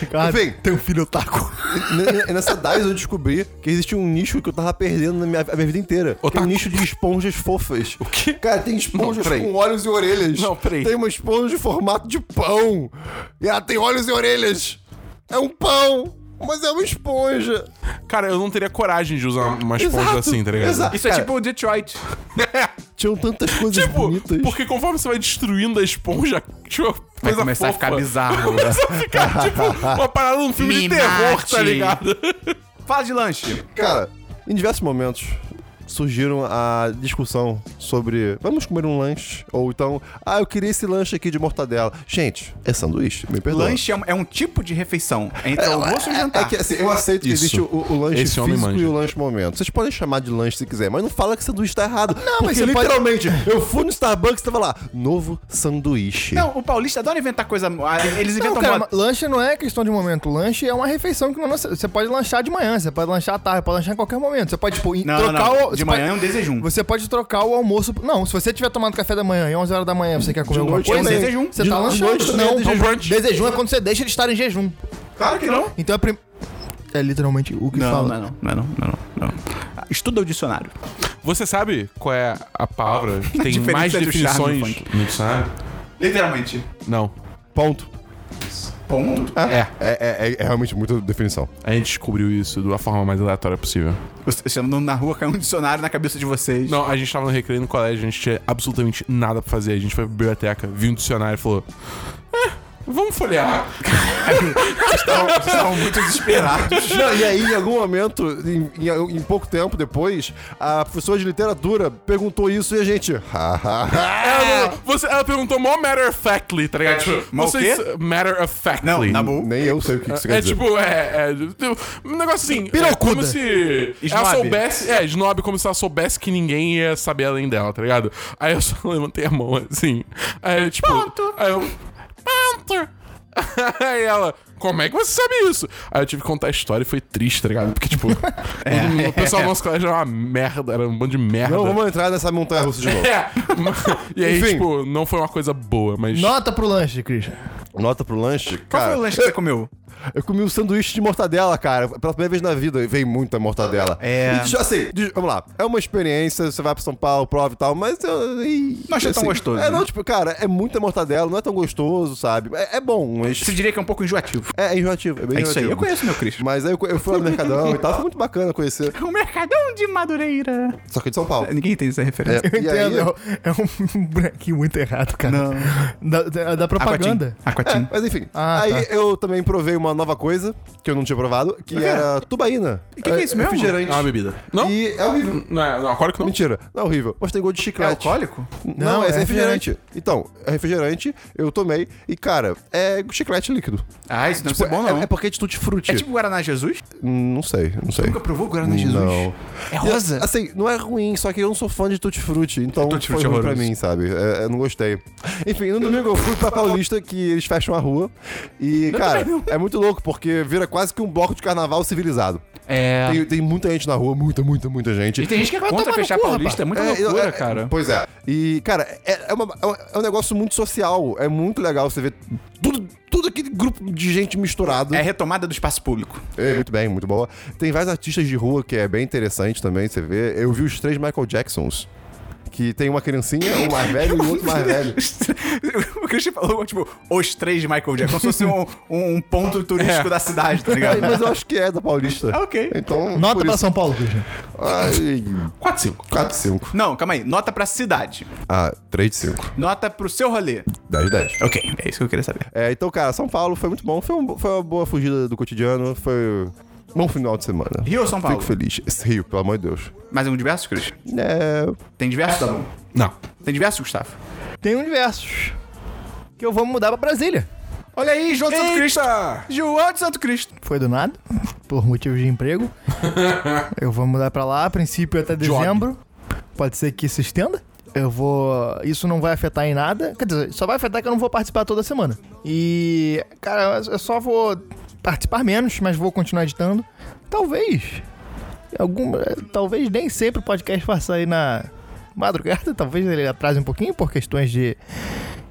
Ricardo,
Enfim.
tem um filho otaku.
N- n- assim, Nessa DAIS eu descobri que existia um nicho que eu tava perdendo na minha, a minha vida inteira. Que é um
Otaku.
nicho de esponjas fofas. O
quê?
Cara, tem esponjas
Não, peraí.
com olhos e orelhas.
Não, peraí.
Tem uma esponja de formato de pão. E ela tem olhos e orelhas. É um pão, mas é uma esponja.
Cara, eu não teria coragem de usar uma esponja
Exato,
assim, tá ligado?
exato.
Isso é
Cara.
tipo o Detroit.
Tinham tantas coisas
Tipo,
bonitas.
porque conforme você vai destruindo a esponja, tipo,
Vai
coisa
começar a
fofa.
ficar bizarro.
Começa a ficar, tipo, uma parada num filme
Me
de terror,
mate.
tá ligado?
Fala de lanche.
Cara, em diversos momentos surgiram a discussão sobre vamos comer um lanche ou então ah eu queria esse lanche aqui de mortadela gente é sanduíche me perdoa
Lanche é um, é um tipo de refeição. É entre almoço e jantar.
É que, assim, eu aceito que
Isso.
existe o, o lanche
Esse homem
físico
manja.
e o lanche momento. Vocês podem chamar de lanche se quiser, mas não fala que sanduíche tá errado. Não,
mas
porque
você pode-
literalmente, eu fui no Starbucks e tava lá, novo sanduíche.
Não, o paulista adora inventar coisa. ah, Eles
Não,
inventam
cara,
moda.
mas lanche não é questão de momento. Lanche é uma refeição que não você pode lanchar de manhã, você pode lanchar à tarde, pode lanchar em qualquer momento. Você pode, tipo, em-
Não,
trocar
não, não.
o.
De
você
manhã
pode-
é um desejum.
Você pode trocar o almoço. Não, se você tiver tomado café da manhã e 11 horas da manhã você quer comer alguma
noite
coisa.
também. Desejum.
Você
De
tá
noite
lanchando.
também é
não,
desejum.
brunch. desejum é quando você deixa de estar em jejum.
Claro que não.
Então é prim... É literalmente o que
Não,
fala.
não, é não, não, é não, não, é não, não. Estuda o dicionário.
Você sabe qual é a palavra que tem
diferença
mais
entre o charme e o
definições
funk.
no dicionário?
Literalmente.
Não.
Ponto.
Ponto.
É, é- é- é realmente muita definição.
A gente descobriu isso da forma mais aleatória possível.
Vocês andam na rua, caiu um dicionário na cabeça de vocês.
Não, a gente tava no recreio no colégio, a gente tinha absolutamente nada pra fazer. A gente foi pra biblioteca, viu um dicionário e falou: É, vamos folhear.
Estão muito desesperados.
Não, e aí, em algum momento, em, em- em pouco tempo depois, a professora de literatura perguntou isso e a gente. "Ha, ha, ha."
Ah!
Ela, você- ela perguntou mó matter of factly, tá ligado? Tipo,
Mó o
vocês.
quê?
Matter of factly.
Não, na boa.
Nem eu sei o que que isso quer
É
dizer.
tipo, é, é. tipo, Um negócio assim. É como se
Snob.
ela soubesse. É, snob, como se ela soubesse que ninguém ia saber além dela, tá ligado? Aí eu só levantei a mão assim. Aí eu, tipo. Ponto. Aí eu. Ponto. Aí ela. Como é que você sabe isso? Aí eu tive que contar a história e foi triste, tá ligado? Porque, tipo, todo mundo- o pessoal do nosso colégio era uma merda, era um bando de merda.
É. Não, vamos entrar nessa montanha russa de novo.
É. E aí,
Enfim.
tipo, não foi uma coisa boa, mas.
Nota pro lanche, Christian.
Nota pro lanche.
Qual
cara,
foi o lanche que você comeu?
Eu comi um sanduíche de mortadela, cara. Pela primeira vez na vida, veio muita mortadela.
É.
E, assim, de- vamos lá. É uma experiência, você vai pra São Paulo, prova e tal, mas eu. e-
Não achei tão
assim,
gostoso, né?
É, não, tipo, cara, é muita mortadela, não é tão gostoso, sabe? É, é bom, mas.
Você diria que é um pouco enjoativo.
É, é enjoativo. É, bem
É isso aí.
enjoativo.
Eu conheço meu Cristo.
Mas aí eu, co- eu fui lá no Mercadão e tal, foi muito bacana conhecer.
O Mercadão de Madureira.
Só que de São Paulo.
Ninguém entende essa referência.
É,
Eu
e
entendo.
aí-
é um- É um bonequinho muito errado, cara.
Não.
Da, da, da É. propaganda.
Aquatim.
é, Mas enfim.
Ah,
aí
tá.
eu também provei uma nova coisa que eu não tinha provado, que era tubaína.
que que é isso mesmo?
Refrigerante.
É uma bebida. Não?
E é horrível.
Não, é, não, agora que não.
Mentira, não é horrível. Mas tem gosto de
É
chiclete.
alcoólico?
Não,
Não,
esse
é
é refrigerante. Então, é refrigerante, eu tomei, e cara, é chiclete líquido.
Ah, isso não deve
Tipo,
ser bom,
é-
não.
É, porque é de tutti frutti.
É tipo Guaraná Jesus?
Hum, Não sei, não sei.
Nunca provou Guaraná Jesus?
Não.
É rosa?
E, assim, não é ruim, só que eu não sou fã de tutti frutti, então
Tutti
foi
Frutti
ruim pra
horroroso.
mim, sabe? É, eu não gostei. Enfim, no domingo eu fui pra Paulista, que eles fecham a rua, e cara, é muito louco, porque vira quase que um bloco de carnaval civilizado.
É.
Tem, tem muita gente na rua, muita, muita, muita gente.
E tem gente que é
Vai
contra
tomar no
fechar
cu,
paulista. É muita
É,
loucura,
é, é,
cara.
Pois é. E, cara, é, é uma- é um- é um negócio muito social. É muito legal você ver tudo, tudo aquele grupo de gente misturado.
É retomada do espaço público.
É, muito bem, muito boa. Tem vários artistas de rua que é bem interessante também, você vê. Eu vi os três Michael Jacksons. Que tem uma criancinha, um mais velho e o outro mais velho.
o Christian falou, tipo, os três de Michael Jackson. Como se fosse um, um- um ponto turístico
É.
da cidade, tá ligado?
Mas eu acho que é da Paulista.
Ah, ok.
Então,
Nota
por
pra
isso...
São Paulo, Christian.
Ai,
4, 5.
4 de 5.
Não, calma aí. Nota pra cidade.
Ah, 3 de 5.
Nota pro seu rolê.
10 de 10.
Ok, é isso que eu queria saber.
É, então, cara, São Paulo foi muito bom. Foi, um- foi uma boa fugida do cotidiano. Foi um bom final de semana.
Rio ou São Paulo?
Fico feliz. Esse Rio, pelo amor de Deus.
Mais um diverso, Christian?
É.
Tem diverso, tá bom?
Não.
Tem diverso, Gustavo?
Tem um diversos. Que eu vou mudar pra Brasília.
Olha aí, João de Santo Cristo.
Ah.
Eita!
João de Santo Cristo.
Foi do nada, por motivos de emprego. eu vou mudar pra lá, a princípio até dezembro. Pode ser que se estenda. Eu vou. Isso não vai afetar em nada. Quer dizer, só vai afetar que eu não vou participar toda semana. E. Cara, eu só vou participar menos, mas vou continuar editando. Talvez. Alguma. Talvez nem sempre o podcast faça aí na madrugada. Talvez ele atrase um pouquinho por questões de.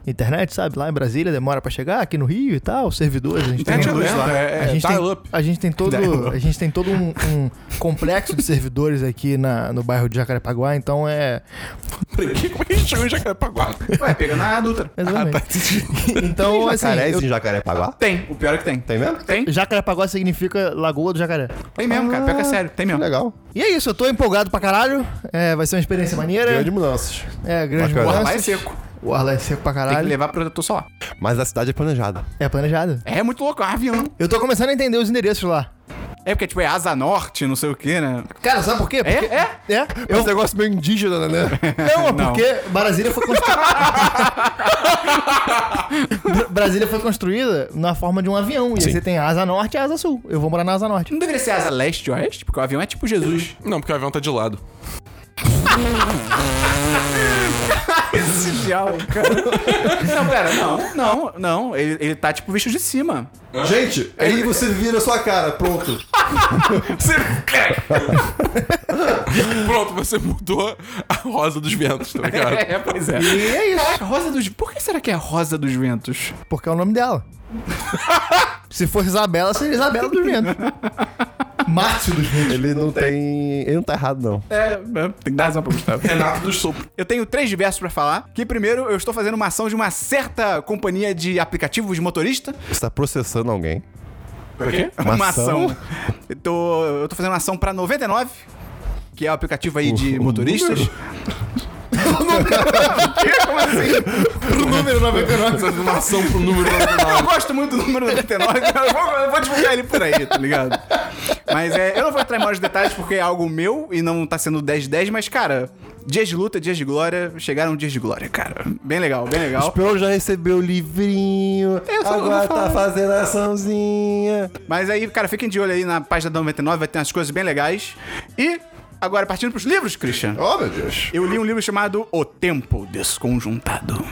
Internet, sabe? Lá em Brasília demora pra chegar, aqui no Rio e tal, servidores. A gente tem
Internet
um-
é lenta, é-
a
é
gente tem-
dial-up.
a gente tem todo, a gente tem todo um, um complexo de servidores aqui na, no bairro de Jacarepaguá, então é.
Peraí, que- como é que a gente chegou em Jacarepaguá?
Ué, pega na adulta.
Exatamente.
é
então, assim.
Jacarés
eu-
em Jacarepaguá?
Tem, o pior é que tem.
Tem mesmo?
Tem,
Jacarepaguá significa Lagoa do Jacaré.
tem mesmo, cara. Pior que é sério, tem mesmo.
Legal.
E é isso, eu tô empolgado pra caralho. É, vai ser uma experiência maneira.
Grande mudanças.
É, grande
Bacana.
Lá
mudança.
é seco.
O Arlé é seco pra
Tem que
caralho.
levar protetor solar.
Mas a cidade é planejada.
É planejado.
É muito louco, é um avião.
Eu tô começando a entender os endereços lá.
É porque, tipo, é Asa Norte, não sei o quê, né?
Cara, sabe por quê? Porque...
É, é.
É?
É um negócio meio indígena, né?
Não, é
Não.
porque Brasília foi construída. Brasília foi construída na forma de um avião. E aí você tem a asa norte e a asa sul. Eu vou morar na asa norte.
Não deveria ser Asa Leste e Oeste, porque o avião é tipo Jesus.
Não, porque o avião tá de lado.
Não, pera, não, não, não. Ele, ele tá, tipo, visto de cima.
Gente, aí você vira a sua cara, pronto.
Você- Pronto, você mudou a rosa dos ventos, tá ligado?
É, pois é.
E é isso.
Caraca, Rosa dos... Por que será que é Rosa dos Ventos?
Porque é o nome dela. Se fosse Isabela, seria Isabela dos Ventos. Márcio dos Ventos.
Ele não tem. Ele não tá errado, não.
É, tem que dar razão pra Gustavo.
Renato dos Sul.
Eu tenho três diversos pra falar. Que primeiro, eu estou fazendo uma ação de uma certa companhia de aplicativos de motorista.
Você tá processando alguém.
Uma,
Uma ação?
ação. Eu tô, eu tô fazendo uma ação pra 99, que é o aplicativo aí de
o
motoristas.
Pro número 99.
Uma ação pro número original.
Eu gosto muito do número 99, eu vou, eu vou divulgar ele por aí, tá ligado? Mas é, eu não vou entrar em maiores detalhes porque é algo meu e não tá sendo 10 de 10, mas, cara, dias de luta, dias de glória, chegaram dias de glória, cara. Bem legal, bem legal.
Esperou já recebeu o livrinho.
Eu só não vou
agora
falar.
tá fazendo açãozinha.
Mas aí, cara, fiquem de olho aí na página da 99, vai ter umas coisas bem legais. E agora, partindo pros livros, Christian.
Oh, meu Deus.
Eu li um livro chamado O Tempo Desconjuntado,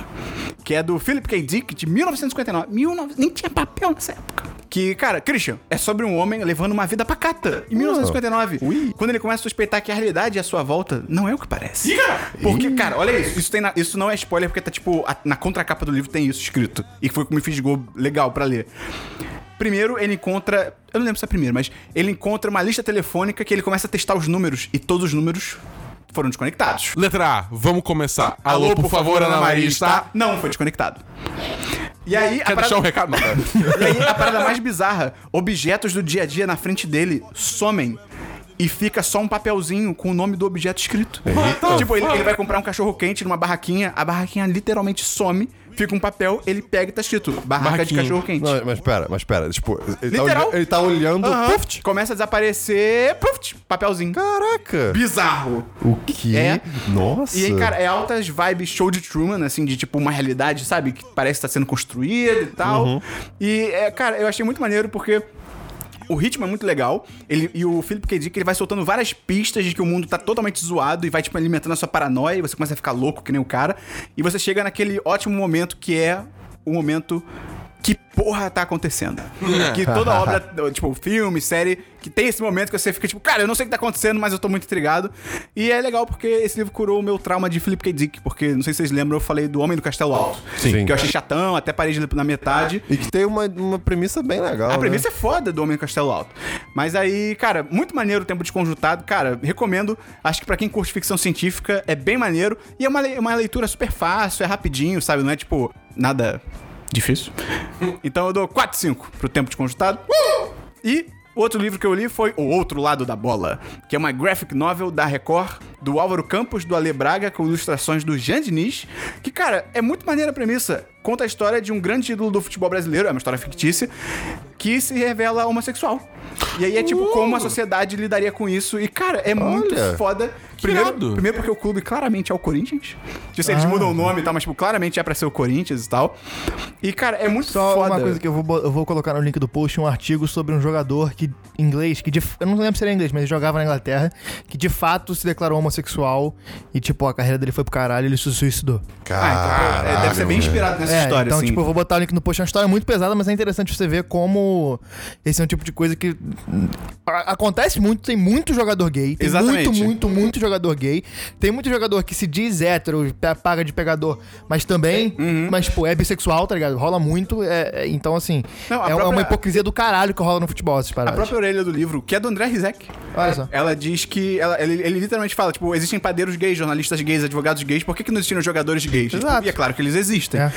que é do Philip K. Dick, de 1959. 19... Nem tinha papel nessa época. Que, cara, Christian, é sobre um homem levando uma vida pacata, em 1959. Quando ele começa a suspeitar que a realidade à sua volta não é o que parece. Porque, cara, olha isso. Isso, tem na- isso não é spoiler, porque tá, tipo, a- na contracapa do livro tem isso escrito. E foi o que me fisgou legal pra ler. Primeiro, ele encontra. Eu não lembro se é primeiro, mas ele encontra uma lista telefônica que ele começa a testar os números e todos os números foram desconectados.
Letra A, vamos começar. Alô, por, favor, Ana Maria, está?
Não foi desconectado. E aí, a
Quer deixar
parada,
um recado? Não, cara.
e aí, a parada mais bizarra: objetos do dia a dia na frente dele somem. E fica só um papelzinho com o nome do objeto escrito. tipo, ele, ele vai comprar um cachorro quente numa barraquinha, a barraquinha literalmente some, fica um papel, ele pega e tá escrito: barraca
Barraquinha.
de cachorro quente.
Não, mas pera, mas pera. Tipo, ele, tá,
Literal.
olha- ele tá olhando.
é
Aham.
Puft.
Começa a desaparecer. Puft, papelzinho.
Caraca.
Bizarro.
O que?
É.
Nossa.
E aí, cara, é altas vibes show de Truman, assim, de tipo uma realidade, sabe? Que parece estar sendo construída e tal. E, é, cara, eu achei muito maneiro porque. O ritmo é muito legal. Ele, e o Philip K. Dick ele vai soltando várias pistas de que o mundo tá totalmente zoado e vai, tipo, alimentando a sua paranoia. E você começa a ficar louco que nem o cara. E você chega naquele ótimo momento que é o momento. Que porra tá acontecendo? que toda obra, tipo, filme, série, que tem esse momento que você fica tipo, cara, eu não sei o que tá acontecendo, mas eu tô muito intrigado. E é legal porque esse livro curou o meu trauma de Philip K. Dick, porque não sei se vocês lembram, eu falei do Homem do Castelo Alto.
Sim.
Que eu achei chatão, até parei de ler na metade.
E que tem uma, uma premissa bem legal. né?
A premissa é foda do Homem do Castelo Alto. Mas aí, cara, muito maneiro o tempo desconjuntado. Cara, recomendo. Acho que pra quem curte ficção científica é bem maneiro. E é uma, le- uma leitura super fácil, é rapidinho, sabe? Não é tipo nada difícil. Então eu dou 4 5 pro tempo desconjuntado. E o outro livro que eu li foi O Outro Lado da Bola, que é uma graphic novel da Record, do Álvaro Campos, do Ale Braga, com ilustrações do Jean Diniz, que, cara, é muito maneira a premissa. Conta a história de um grande ídolo do futebol brasileiro, é uma história fictícia, que se revela homossexual. E aí é tipo como a sociedade lidaria com isso. E, cara, é muito
Olha.
foda. Primeiro,
irado.
primeiro porque o clube claramente é o Corinthians. Tipo, se eles mudam o nome e tal, mas tipo, claramente é pra ser o Corinthians e tal. E, cara, é muito
Só
foda.
uma coisa que eu vou, bo- eu vou colocar no link do post um artigo sobre um jogador que inglês, que de, eu não lembro se era inglês, mas ele jogava na Inglaterra, que de fato se declarou homossexual e, tipo, a carreira dele foi pro caralho e ele se suicidou.
Ah, então, é, deve ser bem inspirado nessa
É,
história,
então,
assim.
tipo, eu vou botar o link no post. É uma história muito pesada, mas é interessante você ver como esse é um tipo de coisa que hum, a- acontece muito. Tem muito jogador gay. Tem
Exatamente.
muito, muito, muito jogador gay. Tem muito jogador que se diz hétero, pe- paga de pegador, mas também,
uhum.
mas, tipo, é bissexual, tá ligado? Rola muito. é- é- então, assim,
Não, a
é, uma- é
própria-
uma hipocrisia do caralho que rola no futebol, essas
A
paradas.
própria é, orelha do livro, que é do André Rizek.
Olha só.
Ela diz que. Ela, ele, ele literalmente fala: tipo, existem padeiros gays, jornalistas gays, advogados gays, por que, que não existiram jogadores gays? Tipo,
Exato.
E é claro que eles existem.
É.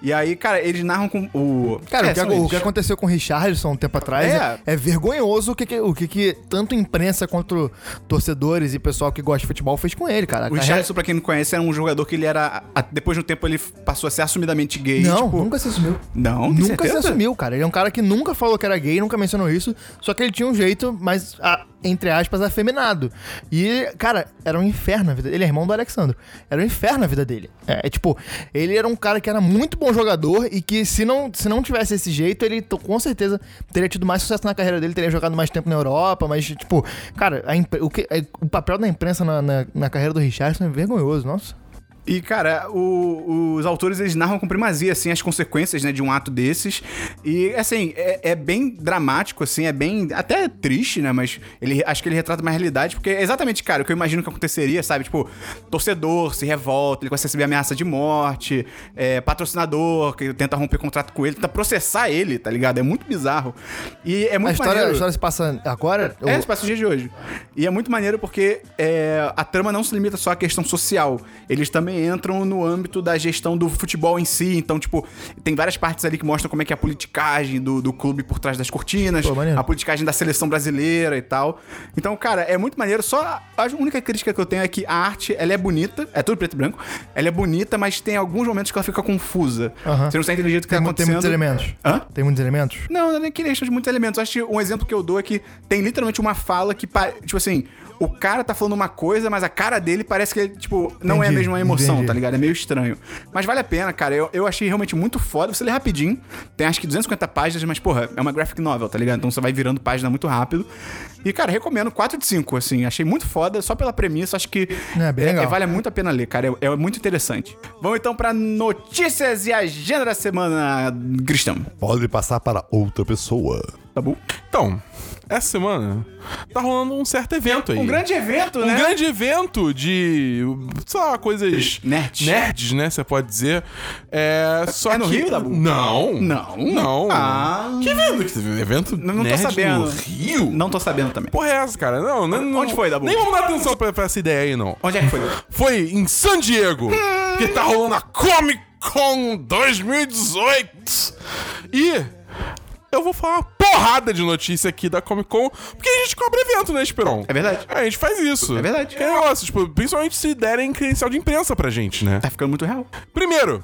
E aí, cara, eles narram com o.
Cara,
É,
o, que,
são
o
eles.
que aconteceu com o Richardson um tempo atrás
É.
é, é vergonhoso o que, que- o que, que tanto imprensa quanto torcedores e pessoal que gosta de futebol fez com ele, cara. A
O
carreira-
Richardson, pra quem não conhece, era um jogador que ele era. a- depois de um tempo, ele passou a ser assumidamente gay.
Não,
tipo,
nunca se assumiu.
Não, tem
Nunca se
certeza?
assumiu, cara. Ele é um cara que nunca falou que era gay, nunca mencionou isso. Só que ele tinha um jeito, mas, a- entre aspas, afeminado. E, cara, era um inferno a vida dele. Ele é irmão do Alexandre. Era um inferno a vida dele. É, é tipo, ele era um cara que era muito bom jogador e que se não, se não tivesse esse jeito, ele to- com certeza teria tido mais sucesso na carreira dele, teria jogado mais tempo na Europa. Mas, tipo, cara, a impre- o, que- é- o papel da imprensa na, na- na carreira do Richardson é vergonhoso, nossa.
E, cara, o- os autores, eles narram com primazia, assim, as consequências, né, de um ato desses. E, assim, é, é bem dramático, assim, é bem... Até triste, né, mas ele, acho que ele retrata uma realidade, porque é exatamente, cara, o que eu imagino que aconteceria, sabe? Tipo, torcedor se revolta, ele começa a receber ameaça de morte, é, patrocinador que tenta romper contrato com ele, tenta processar ele, tá ligado? É muito bizarro. E é muito
A história, a
maneiro.
história se passa agora?
É,
Ou-
se passa os dias de hoje. E é muito maneiro porque é, a trama não se limita só à questão social. Eles também entram no âmbito da gestão do futebol em si. Então, tipo, tem várias partes ali que mostram como é que é a politicagem do, do clube por trás das cortinas,
Pô, maneiro.
a politicagem da seleção brasileira e tal. Então, cara, é muito maneiro. Só a- a única crítica que eu tenho é que a arte, ela é bonita, é tudo preto e branco, ela é bonita, mas tem alguns momentos que ela fica confusa.
Aham.
Você não sabe entender o que
Tem,
tá
mu- tem
acontecendo.
muitos elementos.
Hã?
Tem muitos elementos?
Não, não é nem que deixa de muitos elementos. Acho que um exemplo que eu dou é que tem literalmente uma fala que, pa- tipo assim, o cara tá falando uma coisa, mas a cara dele parece que, ele, tipo, não é a
Entendi,
mesma emoção,
entendi.
tá ligado? É meio estranho. Mas vale a pena, cara. Eu, eu achei realmente muito foda. Você lê rapidinho. Tem acho que 250 páginas, mas, porra, é uma graphic novel, tá ligado? Então você vai virando página muito rápido. E, cara, recomendo 4 de 5, assim. Achei muito foda, só pela premissa. Acho que
É, bem legal.
vale muito a pena ler, cara. É, é muito interessante. Vamos então pra notícias e agenda da semana, Cristão.
Pode passar para outra pessoa.
Tá bom?
Então, essa semana tá rolando um certo evento aí.
Um grande evento,
Um
né?
grande evento de, sei lá, coisas...
Nerds.
Nerds, né, você pode dizer. É, só
É no
que...
Rio, Dabu?
Não.
Não.
Não.
Ah.
Que evento? Que teve? evento
Não- não tô
nerd
sabendo.
no Rio?
Não tô sabendo também.
Porra é essa, cara? Não, não, não-
Onde foi, Dabu?
Nem vamos dar atenção pra, pra essa ideia aí, não.
Onde é que foi?
Foi em San Diego, que tá rolando a Comic Con 2018. E eu vou falar uma porrada de notícia aqui da Comic Con, porque a gente cobre evento, né, Esperon?
É verdade.
É, a gente faz isso.
É verdade.
Que negócio, tipo, principalmente se derem credencial de imprensa pra gente, né?
Tá ficando muito real.
Primeiro,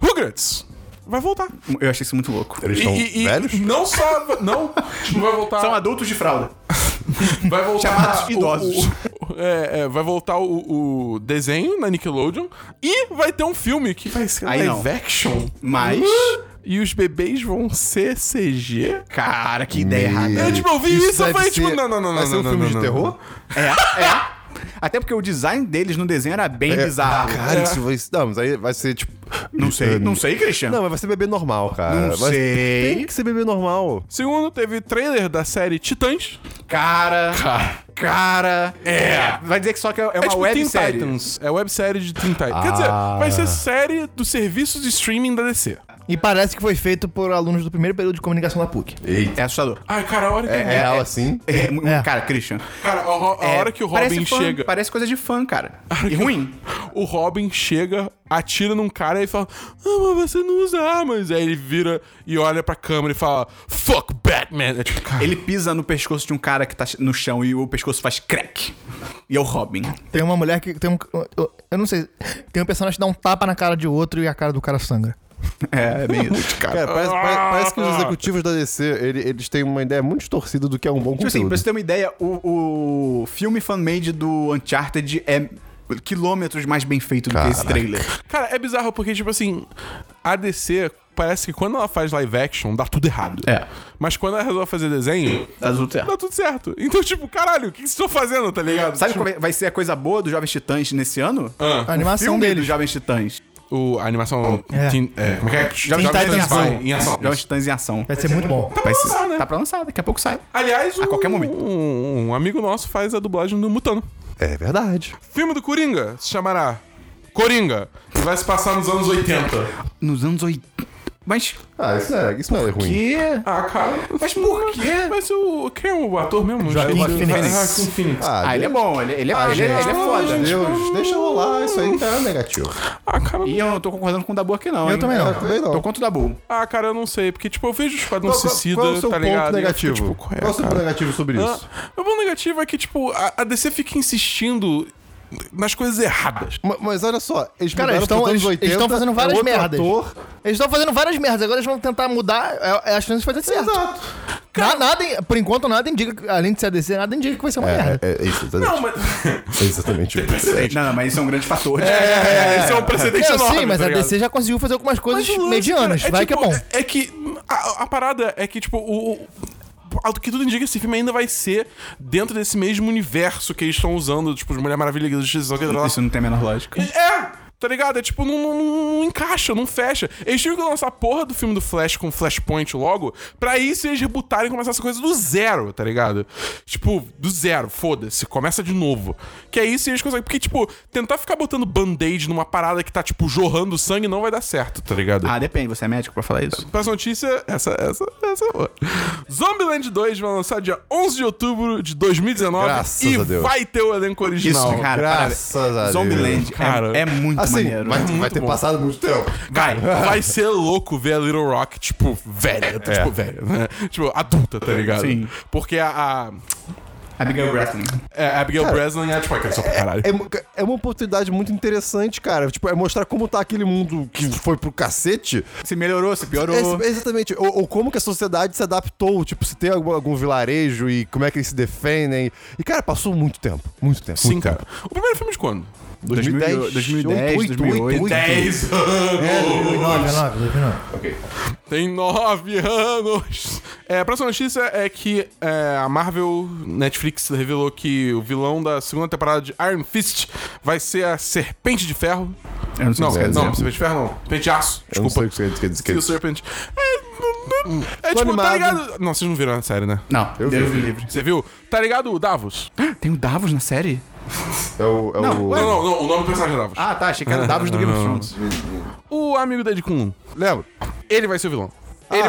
Rugrats vai voltar.
Eu achei isso muito louco.
Eles estão velhos?
Não só... Não, tipo, vai voltar...
São adultos de fralda.
Vai voltar
Chamados
o-
idosos.
o- o- é, é, vai voltar o, o desenho na Nickelodeon e vai ter um filme que vai ser
Aí
live
não.
action.
Mas.
E os bebês vão ser CG?
Cara, que ideia errada.
Eu, tipo, eu vi
Isso
isso e
deve
falei, tipo,
ser-
não, não, não, não.
vai ser um
não,
filme
não,
de
não,
terror?
não.
É, é. Até porque o design deles no desenho era bem bizarro.
É, ah, Cara, isso vai. Não, mas aí vai ser tipo.
Não sei, não sei, Christian.
Não, mas vai ser bebê normal, cara.
Não
Vai-
sei.
Tem que ser bebê normal.
Segundo, teve trailer da série Titãs.
Cara. Cara. É. Vai dizer que só que é uma websérie.
tipo Titans. É websérie de Teen Titans. Quer dizer,
Ah.
vai ser série do serviço de streaming da DC.
E parece que foi feito por alunos do primeiro período de comunicação da PUC.
É assustador.
Ai, cara, a hora que,
É real assim.
É,
É.
Cara, Christian.
cara, a, ro- a
é,
hora que o
parece
Robin
fã,
chega...
Parece coisa de fã, cara. E ruim.
O Robin chega, atira num cara e fala: Ah, mas você não usa armas. Aí ele vira e olha pra câmera e fala: Fuck Batman. É tipo, cara,
Ele pisa no pescoço de um cara que tá no chão e o pescoço faz crack. E é o Robin.
Tem uma mulher que tem um. Eu não sei. Tem um personagem que dá um tapa na cara de outro e a cara do cara sangra.
É, é bem isso.
Cara, parece, pare- parece que os executivos da DC, ele- eles têm uma ideia muito distorcida do que é um bom
Tipo assim,
conteúdo.
pra você ter uma ideia, o, o filme fan-made do Uncharted é quilômetros mais bem feito do que esse trailer.
Cara, é bizarro porque, tipo assim, a DC parece que quando ela faz live action, dá tudo errado.
É.
Mas quando ela resolve fazer desenho, dá Tá tudo certo. Então, tipo, caralho, o que vocês estão fazendo, tá ligado?
Sabe
tipo, ah,
qual vai- vai ser a coisa boa do Jovens Titãs nesse ano?
A animação
filme
dele.
dos Jovens Titãs.
o, a animação.
É.
Teen- é, como é que é?
Jovens
Titãs
Titãs
em ação.
vai-
Em ação.
Jovens Titãs em ação.
Vai ser muito bom.
Vai ser-
lançar, né?
Tá pra lançar, daqui a pouco sai.
Aliás, um,
qualquer momento.
Um, um amigo nosso faz a dublagem do Mutano.
É verdade.
Filme do Coringa se chamará Coringa. e Vai se passar nos anos 80.
Nos anos 80. Mas
Ah, isso, é, isso não é ruim.
que.
Ah, cara.
Mas por quê?
Mas o. Quem é o ator mesmo?
Joaquim
Joaquim
Phoenix.
Joaquim Phoenix.
Ah, ele é bom, ele, ele é, ele, é- ele é foda.
Meu Deus, deixa rolar, isso aí tá negativo.
Ah, cara.
E eu não tô concordando com o Dabu aqui, não.
Eu
hein?
também não.
também não.
Tô contra o Dabu.
Ah, cara, eu não sei. Porque, tipo, eu vejo o Esquadrão
Qual- qual-
Suicida,
qual é o seu
tá
ponto
ligado? E eu fico,
negativo?
tipo, qual é,
qual é o seu
cara?
ponto negativo sobre
Ah,
isso?
Meu ponto negativo é que, tipo, a, a DC fica insistindo nas coisas erradas.
Ma- Mas olha só, eles
Cara, eles
mudaram
estão
pros anos
eles,
80,
eles tão fazendo
é
várias
outro
merdas.
ator.
Eles estão fazendo várias merdas. Agora eles vão tentar mudar. É, é a chance de fazer certo.
Exato.
Cara, nada, in- por enquanto, nada indica. que- Além de ser a DC, nada indica que vai ser uma merda.
É, é isso, exatamente.
Não, mas.
É exatamente isso.
Não, não, mas isso é um grande fator.
É, esse é um precedente
eu
enorme.
sei, mas
tá
a
ligado?
DC já conseguiu fazer algumas coisas
Mas o lance,
medianas.
cara,
vai
tipo,
que é bom.
É que a, a parada é que, tipo, o. o ao que tudo indica, esse filme ainda vai ser dentro desse mesmo universo que eles estão usando, tipo, de Mulher Maravilha e Justiça Social.
Isso não tem a menor lógica.
É! Tá ligado? É tipo, não, não- não- não encaixa, não fecha. Eles tinham que lançar a porra do filme do Flash com Flashpoint logo, pra isso eles rebutarem e começar essa coisa do zero, tá ligado? Tipo, do zero, foda-se, começa de novo. Que é isso e eles conseguem. Porque, tipo, tentar ficar botando band-aid numa parada que tá, tipo, jorrando sangue não vai dar certo, tá ligado?
Ah, depende, você é médico pra falar isso?
Próxima notícia, essa, essa, essa é boa. Zombieland 2 vai lançar dia 11 de outubro de 2019
Graças
e
a Deus.
vai ter o elenco original.
Isso, cara,
graças
parabéns.
a Deus.
Zombieland é-
Cara.
é, muito
Assim,
maneiro.
vai, vai
Muito
ter
bom.
passado muito tempo.
Vai.
Vai ser louco ver a Little Rock, tipo, velha. tá, Tipo, velha, né? Tipo, adulta, tá ligado?
Sim.
Porque a, a,
Abigail Breslin.
é, a Abigail Breslin é, tipo, aquela só pra caralho.
É, mu- é uma oportunidade muito interessante, cara. Tipo, é mostrar como tá aquele mundo que foi pro cacete.
Se melhorou, se piorou.
É, exatamente. Ou, ou como que a sociedade se adaptou. Tipo, se tem algum, algum vilarejo e como é que eles se defendem. E, cara, passou muito tempo. Muito tempo.
Sim,
muito
cara. O primeiro filme de quando?
2010, 2010, 2008.
É,
10
9, 9, 9.
Tem nove anos! É, a próxima notícia é que é, a Marvel Netflix revelou que o vilão da segunda temporada de Iron Fist vai ser a Serpente de Ferro.
Eu não sei o que
Não,
isso
não,
quer dizer.
Serpente de Ferro não. Serpente de Aço.
Eu não
Desculpa.
sei o que você quer dizer.
Steel Serpent. É, não- não- é tipo, tá
animado.
ligado? Não, vocês não viram a série, né?
Não, eu Deus me livre.
Você viu? Tá ligado o Davos?
Tem o Davos na série?
É o. É
Não,
o...
Não, não, não, o nome do personagem é Davos.
Ah, tá, achei que era o Davos do Game of Thrones.
O amigo da Ed Kun,
Lembra?
ele vai ser o vilão. Ele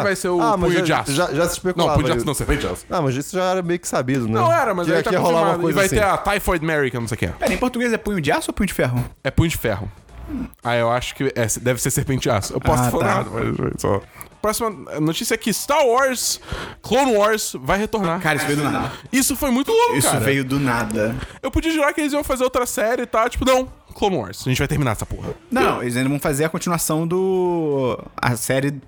Ah,
vai ser o
ah, mas
Punho
já-
de Aço.
Já, já se
Não,
especulava.
Punho de Aço
isso.
não, Serpente de Aço.
Ah, mas isso já era meio que sabido, né?
Não era, mas
que,
aí
que
tá
ia rolar uma
confirmado. E
coisa
vai
assim.
ter a Typhoid Mary, que eu não sei o que é.
Pera, em português é punho de aço ou punho de ferro?
É Punho de Ferro. Ah, eu acho que é- deve ser Serpente de Aço. Eu posso
Ah,
falar
tá.
errado, mas só... Próxima notícia é que Star Wars, Clone Wars, vai retornar.
Cara, isso veio do nada.
isso foi muito louco,
Isso
cara.
veio do nada.
Eu podia jurar que eles iam fazer outra série e tá? Tipo, não, Clone Wars. A gente vai terminar essa porra.
Não, não, eles ainda vão fazer a continuação do. A série.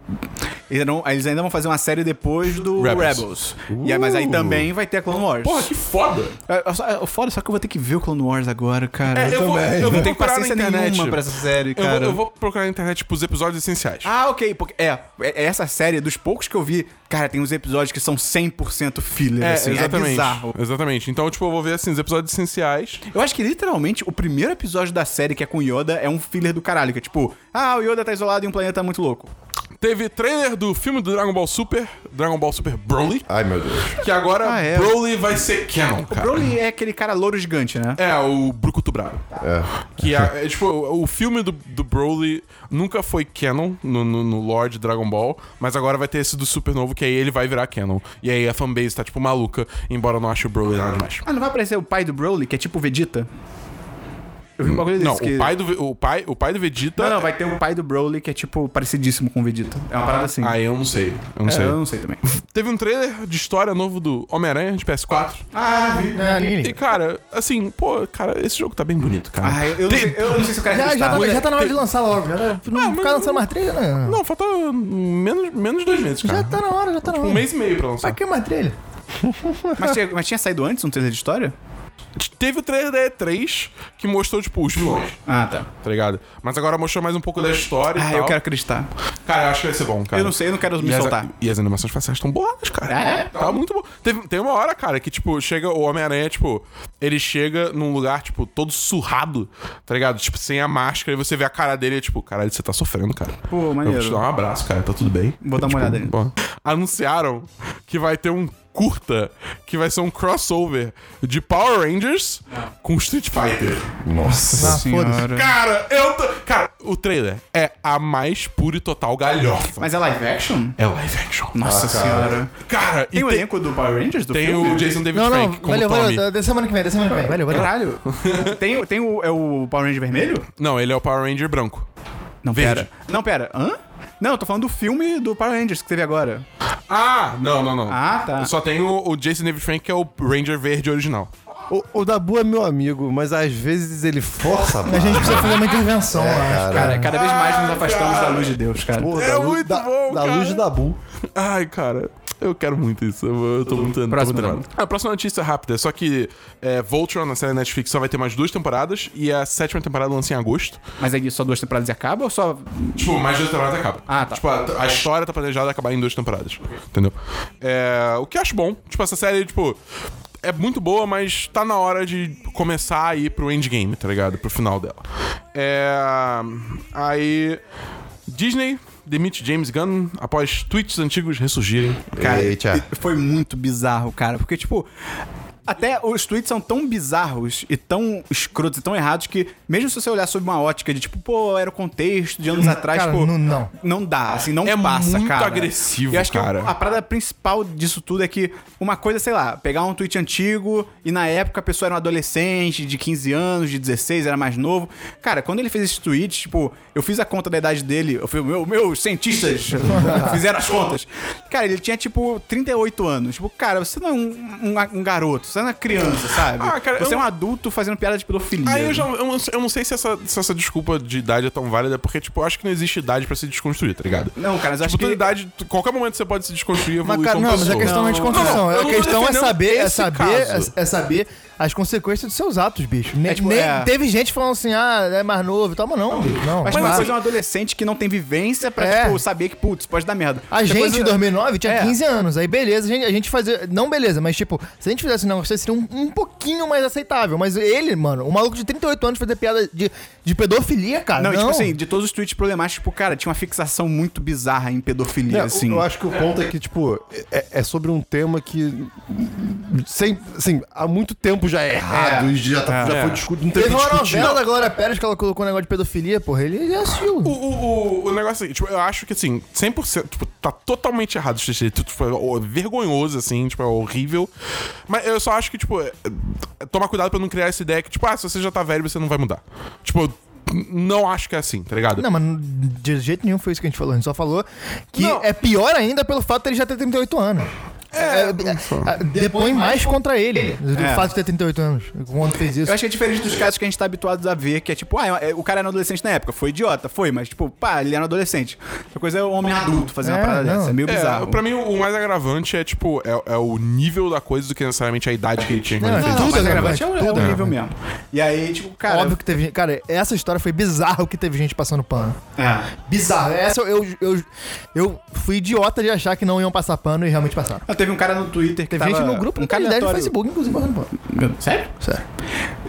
Eles, não- eles ainda vão fazer uma série depois do
Rebels.
Rebels. E aí- mas aí
Uh.
também vai ter a Clone Wars.
Porra, que foda!
É, é só- é, O foda, só que eu vou ter que ver o Clone Wars agora, cara.
É, eu vou- eu vou
não tenho
procurar na
paciência
internet.
nenhuma pra essa série,
Eu vou,
cara.
eu vou procurar na internet, tipo, os episódios essenciais.
Ah, ok. Porque, é, é- é essa série, dos poucos que eu vi, cara, tem uns episódios que são 100% filler,
é,
assim. É
exatamente.
bizarro.
Exatamente. Então, tipo, eu vou ver, assim, os episódios essenciais.
Eu acho que literalmente o primeiro episódio da série que é com Yoda é um filler do caralho, que é tipo, ah, o Yoda tá isolado em um planeta muito louco.
Teve trailer do filme do Dragon Ball Super, Dragon Ball Super Broly,
Ai, meu Deus.
que agora
Ah, é.
Broly vai ser canon, cara.
Broly é aquele cara louro gigante, né?
É, o Brucutu Bravo. Que é, é, tipo, o, o filme do, do Broly nunca foi canon no, no, no lore de Dragon Ball, mas agora vai ter esse do Super Novo, que aí ele vai virar canon. E aí a fanbase tá, tipo, maluca, embora eu não ache o Broly nada demais.
Ah, não vai aparecer o pai do Broly, que é tipo o Vegeta? Eu vi um bagulho
Não,
desse que...
o, pai do, Ve- o, pai, o pai do Vegeta.
Não, não, vai ter o pai do Broly que é, tipo, parecidíssimo com o Vegeta. É uma parada assim.
Ah, eu não sei. Eu não
É,
sei.
eu não sei também.
Teve um trailer de história novo do Homem-Aranha de PS4.
É, ninguém
E,
liga.
cara, assim, pô, cara, esse jogo tá bem bonito, cara.
Ah, eu, eu não sei, eu não sei se o cara
Já, já,
acreditar.
tá, já tá na hora de lançar logo. Já tá- não
mas
ficar
não-
lançando mais trilha, né?
Não, falta menos, menos de dois meses, cara.
Já tá na hora, já tá na hora.
Um mês e meio pra
Pra
lançar.
que mais trilha?
Mas tinha, mas tinha saído antes um trailer de história?
Teve o trailer da E3 que mostrou, tipo, os vilões,
Ah, tá.
tá ligado? Mas agora mostrou mais um pouco da história e
Ah,
tal.
eu quero acreditar.
Cara, eu acho que vai ser bom, cara.
Eu não sei, eu não quero me
E as,
soltar.
e as animações faciais estão boas, cara.
É?
Tá muito bom. Teve, tem uma hora, cara, que, tipo, chega o Homem-Aranha, tipo, ele chega num lugar, tipo, todo surrado, tá ligado? Tipo, sem a máscara, e você vê a cara dele e, tipo, caralho, você tá sofrendo, cara.
Pô, maneiro.
Eu vou te dar um abraço, cara, tá tudo bem.
Vou dar uma olhada ali.
bom. Anunciaram que vai ter um curta, que vai ser um crossover de Power Rangers com Street Fighter.
Nossa senhora.
Cara, eu tô... Cara, o trailer é a mais pura e total galhofa.
Mas é live action?
É live action.
Nossa senhora.
Cara,
Tem
e
o
tem,
elenco do Power Rangers do
tem
filme?
o Jason David
Não, não,
Frank como
valeu, tá-
Tommy.
valeu. Da, da semana que vem, da semana que vem. Valeu, valeu.
Caralho. tem, o- tem o, é o Power Ranger vermelho?
Não, ele é o Power Ranger branco.
Não,
Verde.
pera. Não, pera. Hã? Não, eu tô falando do filme do Power Rangers que teve agora.
Ah, não, não, não.
Ah, tá.
Só tem o, o Jason David Frank, que é o Ranger verde original.
O, o Dabu é meu amigo, mas às vezes ele força a
A gente
barra.
precisa fazer uma intervenção, eu acho.
Cara, cada vez mais nos afastamos da luz de Deus, cara.
Pô,
É
da luz-
muito
da,
bom,
da
cara.
luz do Dabu.
Ai, cara, eu quero muito isso. Eu, eu tô muito tô
Próximo
muito
tema.
animado. A próxima notícia é rápida, só que é, Voltron, na série Netflix, só vai ter mais duas temporadas e a sétima temporada lança em agosto.
Mas aí só duas temporadas e acaba ou só.
Tipo, mais duas temporadas acaba.
Ah, tá.
Tipo, a, a história tá planejada acabar em duas temporadas. Entendeu? É, o que eu acho bom. Tipo, essa série, tipo, é muito boa, mas tá na hora de começar a ir pro endgame, tá ligado? Pro final dela. É, aí. Disney demite James Gunn após tweets antigos ressurgirem. Cara,
Eita.
Foi muito bizarro, cara. Porque, tipo. Até os tweets são tão bizarros e tão escrotos e tão errados que, mesmo se você olhar sob uma ótica de tipo, pô, era o contexto de anos atrás,
cara,
pô.
não- não.
Não dá, assim, não
É
passa,
muito
cara.
agressivo,
E acho
cara.
que é um a parada principal disso tudo é que uma coisa, sei lá, pegar um tweet antigo e na época a pessoa era um adolescente de 15 anos, de 16, era mais novo. Cara, quando ele fez esse tweet, tipo, eu fiz a conta da idade dele, eu fui, meu, meus cientistas fizeram as contas. Cara, ele tinha, tipo, 38 anos. Tipo, cara, você não é um, um- um garoto, você não é uma criança, sabe?
Ah, cara,
você
eu-
é um adulto fazendo piada de pedofilia.
Aí eu já eu não, eu não sei se essa, se essa desculpa de idade é tão válida, porque, tipo, eu acho que não existe idade pra se desconstruir, tá ligado?
Não, cara, mas eu
Tipo,
acho
toda
que...
idade, tu- qualquer momento você pode se desconstruir e
Mas,
evoluir
cara,
como
não, mas a
pessoa.
questão não é de construção.
Não, não, eu não
a
tô
questão é
defendendo
saber, é
esse
saber,
caso.
é, é saber as consequêas dos seus atos, bicho. Ne-
É, tipo,
nem-
é.
Teve gente falando assim, ah, é mais novo e tal, mas não, bicho, não.
Mas
não
uma
dá.
coisa é um adolescente que não tem vivência pra,
É.
tipo, saber que, putz, pode dar merda.
A
Outra
gente,
coisa-
em 2009, tinha
É.
15 anos. Aí, beleza, a gente, a gente fazia... Não beleza, mas, tipo, se a gente fizesse um negócio, seria um, um pouquinho mais aceitável. Mas ele, mano, um maluco de 38 anos fazer piada de, de pedofilia, cara,
Não,
não.
e, tipo assim, de todos os tweets problemáticos, tipo, cara, tinha uma fixação muito bizarra em pedofilia,
Não,
assim.
Eu acho que o ponto é que, tipo, é, é sobre um tema que. Sem, assim, há muito tempo já é errado, e já, tá- já foi discutido, não teve
É. Teve
que
uma
discutir.
novela da Glória Pérez que ela colocou um negócio de pedofilia, porra, ele já assistiu.
O, o, o, o negócio é, seguinte, tipo, eu acho que assim, 100%, tipo, tá totalmente errado esse jeito, tipo, é o- vergonhoso, assim, tipo, é horrível. Mas eu só acho que, tipo, é- é tomar cuidado pra não criar essa ideia que, tipo, ah, se você já tá velho, você não vai mudar. Tipo, eu n- não acho que é assim, tá ligado?
Não, mas de jeito nenhum foi isso que a gente falou. A gente só falou que
Não.
é pior ainda pelo fato dele já ter 38 anos. É, é, é, depõe mais contra ele, do
É.
fato de ter 38 anos, quando fez isso.
Eu acho que é diferente dos casos que a gente tá habituado a ver, que é tipo, ah, é- o cara era um adolescente na época, foi idiota, foi, mas tipo, pá, ele era um adolescente. Outra coisa é o homem adulto fazer uma
É,
parada
não.
dessa, é meio
É,
bizarro.
pra mim o o mais agravante é, tipo, é, é o nível da coisa do que necessariamente a idade que ele tinha.
Não,
quando ele
Não,
fez.
tudo
mas
é
agravante é,
agravante,
é
tudo é
horrível mesmo. E aí, tipo, cara...
Óbvio que teve. Cara, essa história foi bizarro que teve gente passando pano.
É.
Bizarro. Essa eu, eu, eu, eu fui idiota de achar que não iam passar pano e realmente passaram.
Ah, Teve um cara no Twitter que
Teve
tava...
gente no grupo
um
um
cara
comunidade do
aleatório-
Facebook, inclusive, passando pano.
Meu, Sério?
Sério.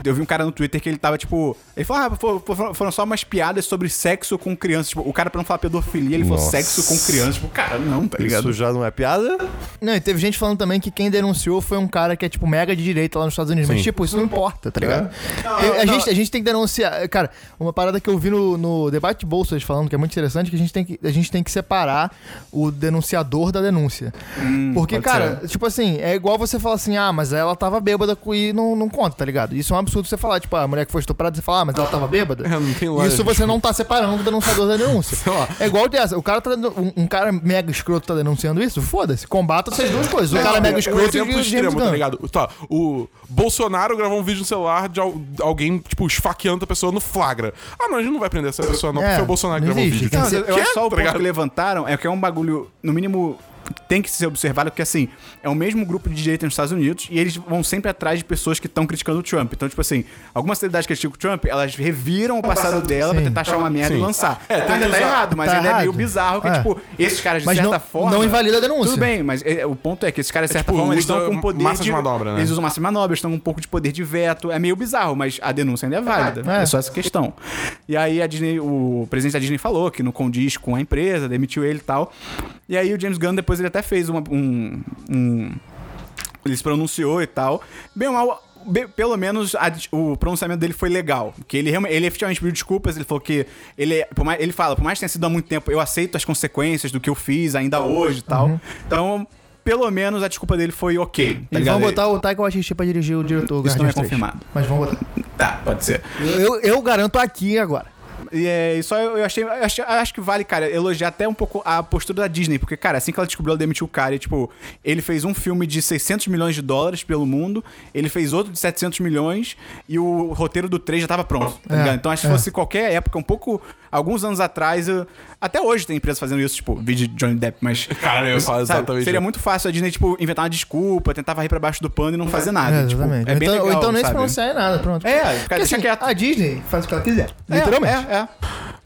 Eu vi um cara no Twitter que ele tava, tipo. Ele falou, ah, fo- fo- foram só umas piadas sobre sexo com crianças. Tipo, o cara, pra não falar pedofilia, ele falou
Nossa.
sexo com crianças. Tipo, cara, não, tá ligado?
Isso já não é piada?
Não, e teve gente falando também que quem denunciou foi um cara que é, tipo, mega de direita lá nos Estados Unidos. Mas, tipo, isso não importa, tá ligado? Eu- a, Gente, a gente tem que denunciar. Cara, uma parada que eu vi no, no debate de bolsas falando, que é muito interessante, que a gente tem que, a gente tem que separar o denunciador da denúncia. Porque,
pode
cara, tipo assim, é igual você falar assim, ah, mas ela tava bêbada e não, não conta, tá ligado? Isso é um absurdo você falar, tipo, ah, a mulher que foi estuprada, você fala, ah, mas ela tava bêbada.
É, não tem lógica.
Isso você não tá separando do denunciador da denúncia.
Sei lá.
É igual dessa, o cara tá dando- um, um cara mega escroto tá denunciando isso, foda-se, combata essas duas coisas. O cara é mega
o
escroto e o
um exemplo
James
extremo, tá
Gunn.
ligado? Tá, o Bolsonaro gravou um vídeo no celular de al- alguém, tipo, esfaqueando a pessoa no flagra. Ah, não, a gente não vai prender essa pessoa, não,
É,
porque foi o Bolsonaro que
não
gravou o
existe,
vídeo.
cara.
Não,
Você
eu acho
quer,
só o
tá
ponto
ligado?
que levantaram é que é um bagulho, no mínimo, tem que ser observado, porque assim, é o mesmo grupo de direita nos Estados Unidos e eles vão sempre atrás de pessoas que estão criticando o Trump. Então, tipo assim, algumas celebridades que criticam o Trump, elas reviram o passado dela pra tentar achar uma merda e
Sim.
lançar.
É, tem
Ainda
que
tá
usar-
errado, mas
tá
ainda é meio
errado.
bizarro que,
É.
tipo, esses caras, de
Mas
certa
não-
forma...
não invalida a denúncia.
Tudo bem, mas é, o ponto é que esses caras, de certa
tipo,
forma, eles
usa
estão com poder
massa
de...
de manobra, né?
Eles usam massa de manobra, eles estão com um pouco de poder de veto. É meio bizarro, mas a denúncia ainda é válida.
É.
é só essa questão. E aí a Disney, o presidente da Disney falou que não condiz com a empresa, demitiu ele e tal. E aí o James Gunn depois ele até fez uma- um, um- Ele se pronunciou e tal. Bem ou mal. be- Pelo menos a dis- o pronunciamento dele foi legal. Porque ele, realme- ele efetivamente pediu desculpas. Ele falou que. Ele, por mais- ele fala, por mais que tenha sido há muito tempo, eu aceito as consequências do que eu fiz ainda hoje e tal. Então, pelo menos a desculpa dele foi ok. Tá
Eles
ligado?
Uhum. vão botar o Taika Waititi pra dirigir o diretor do
Isso não é
Guardiões 3.
confirmado.
Mas vão botar.
Tá, pode ser.
Eu, eu garanto aqui e agora.
E é isso, eu, eu achei, eu achei- eu acho que vale, cara, elogiar até um pouco a postura da Disney, porque, cara, assim que ela descobriu, ela demitiu o cara e, tipo, ele fez um filme de 600 milhões de dólares pelo mundo, ele fez outro de 700 milhões e o roteiro do 3 já tava pronto, tá
É,
ligado? Então, acho que
é.
se fosse qualquer época, um pouco, alguns anos atrás, eu- até hoje tem empresa fazendo isso, tipo, vídeo de Johnny Depp, mas...
Cara, eu falo
sabe,
exatamente.
seria muito fácil a Disney, tipo, inventar uma desculpa, tentar varrer pra baixo do pano e não fazer nada.
É,
tipo,
exatamente.
é
Ou
bem
então, ou
legal,
então nem se
sabe?
pronunciar em nada, pronto.
É, cara,
Porque,
deixa
assim,
quieto.
a Disney faz o que ela quiser.
É,
Literalmente.
É, é.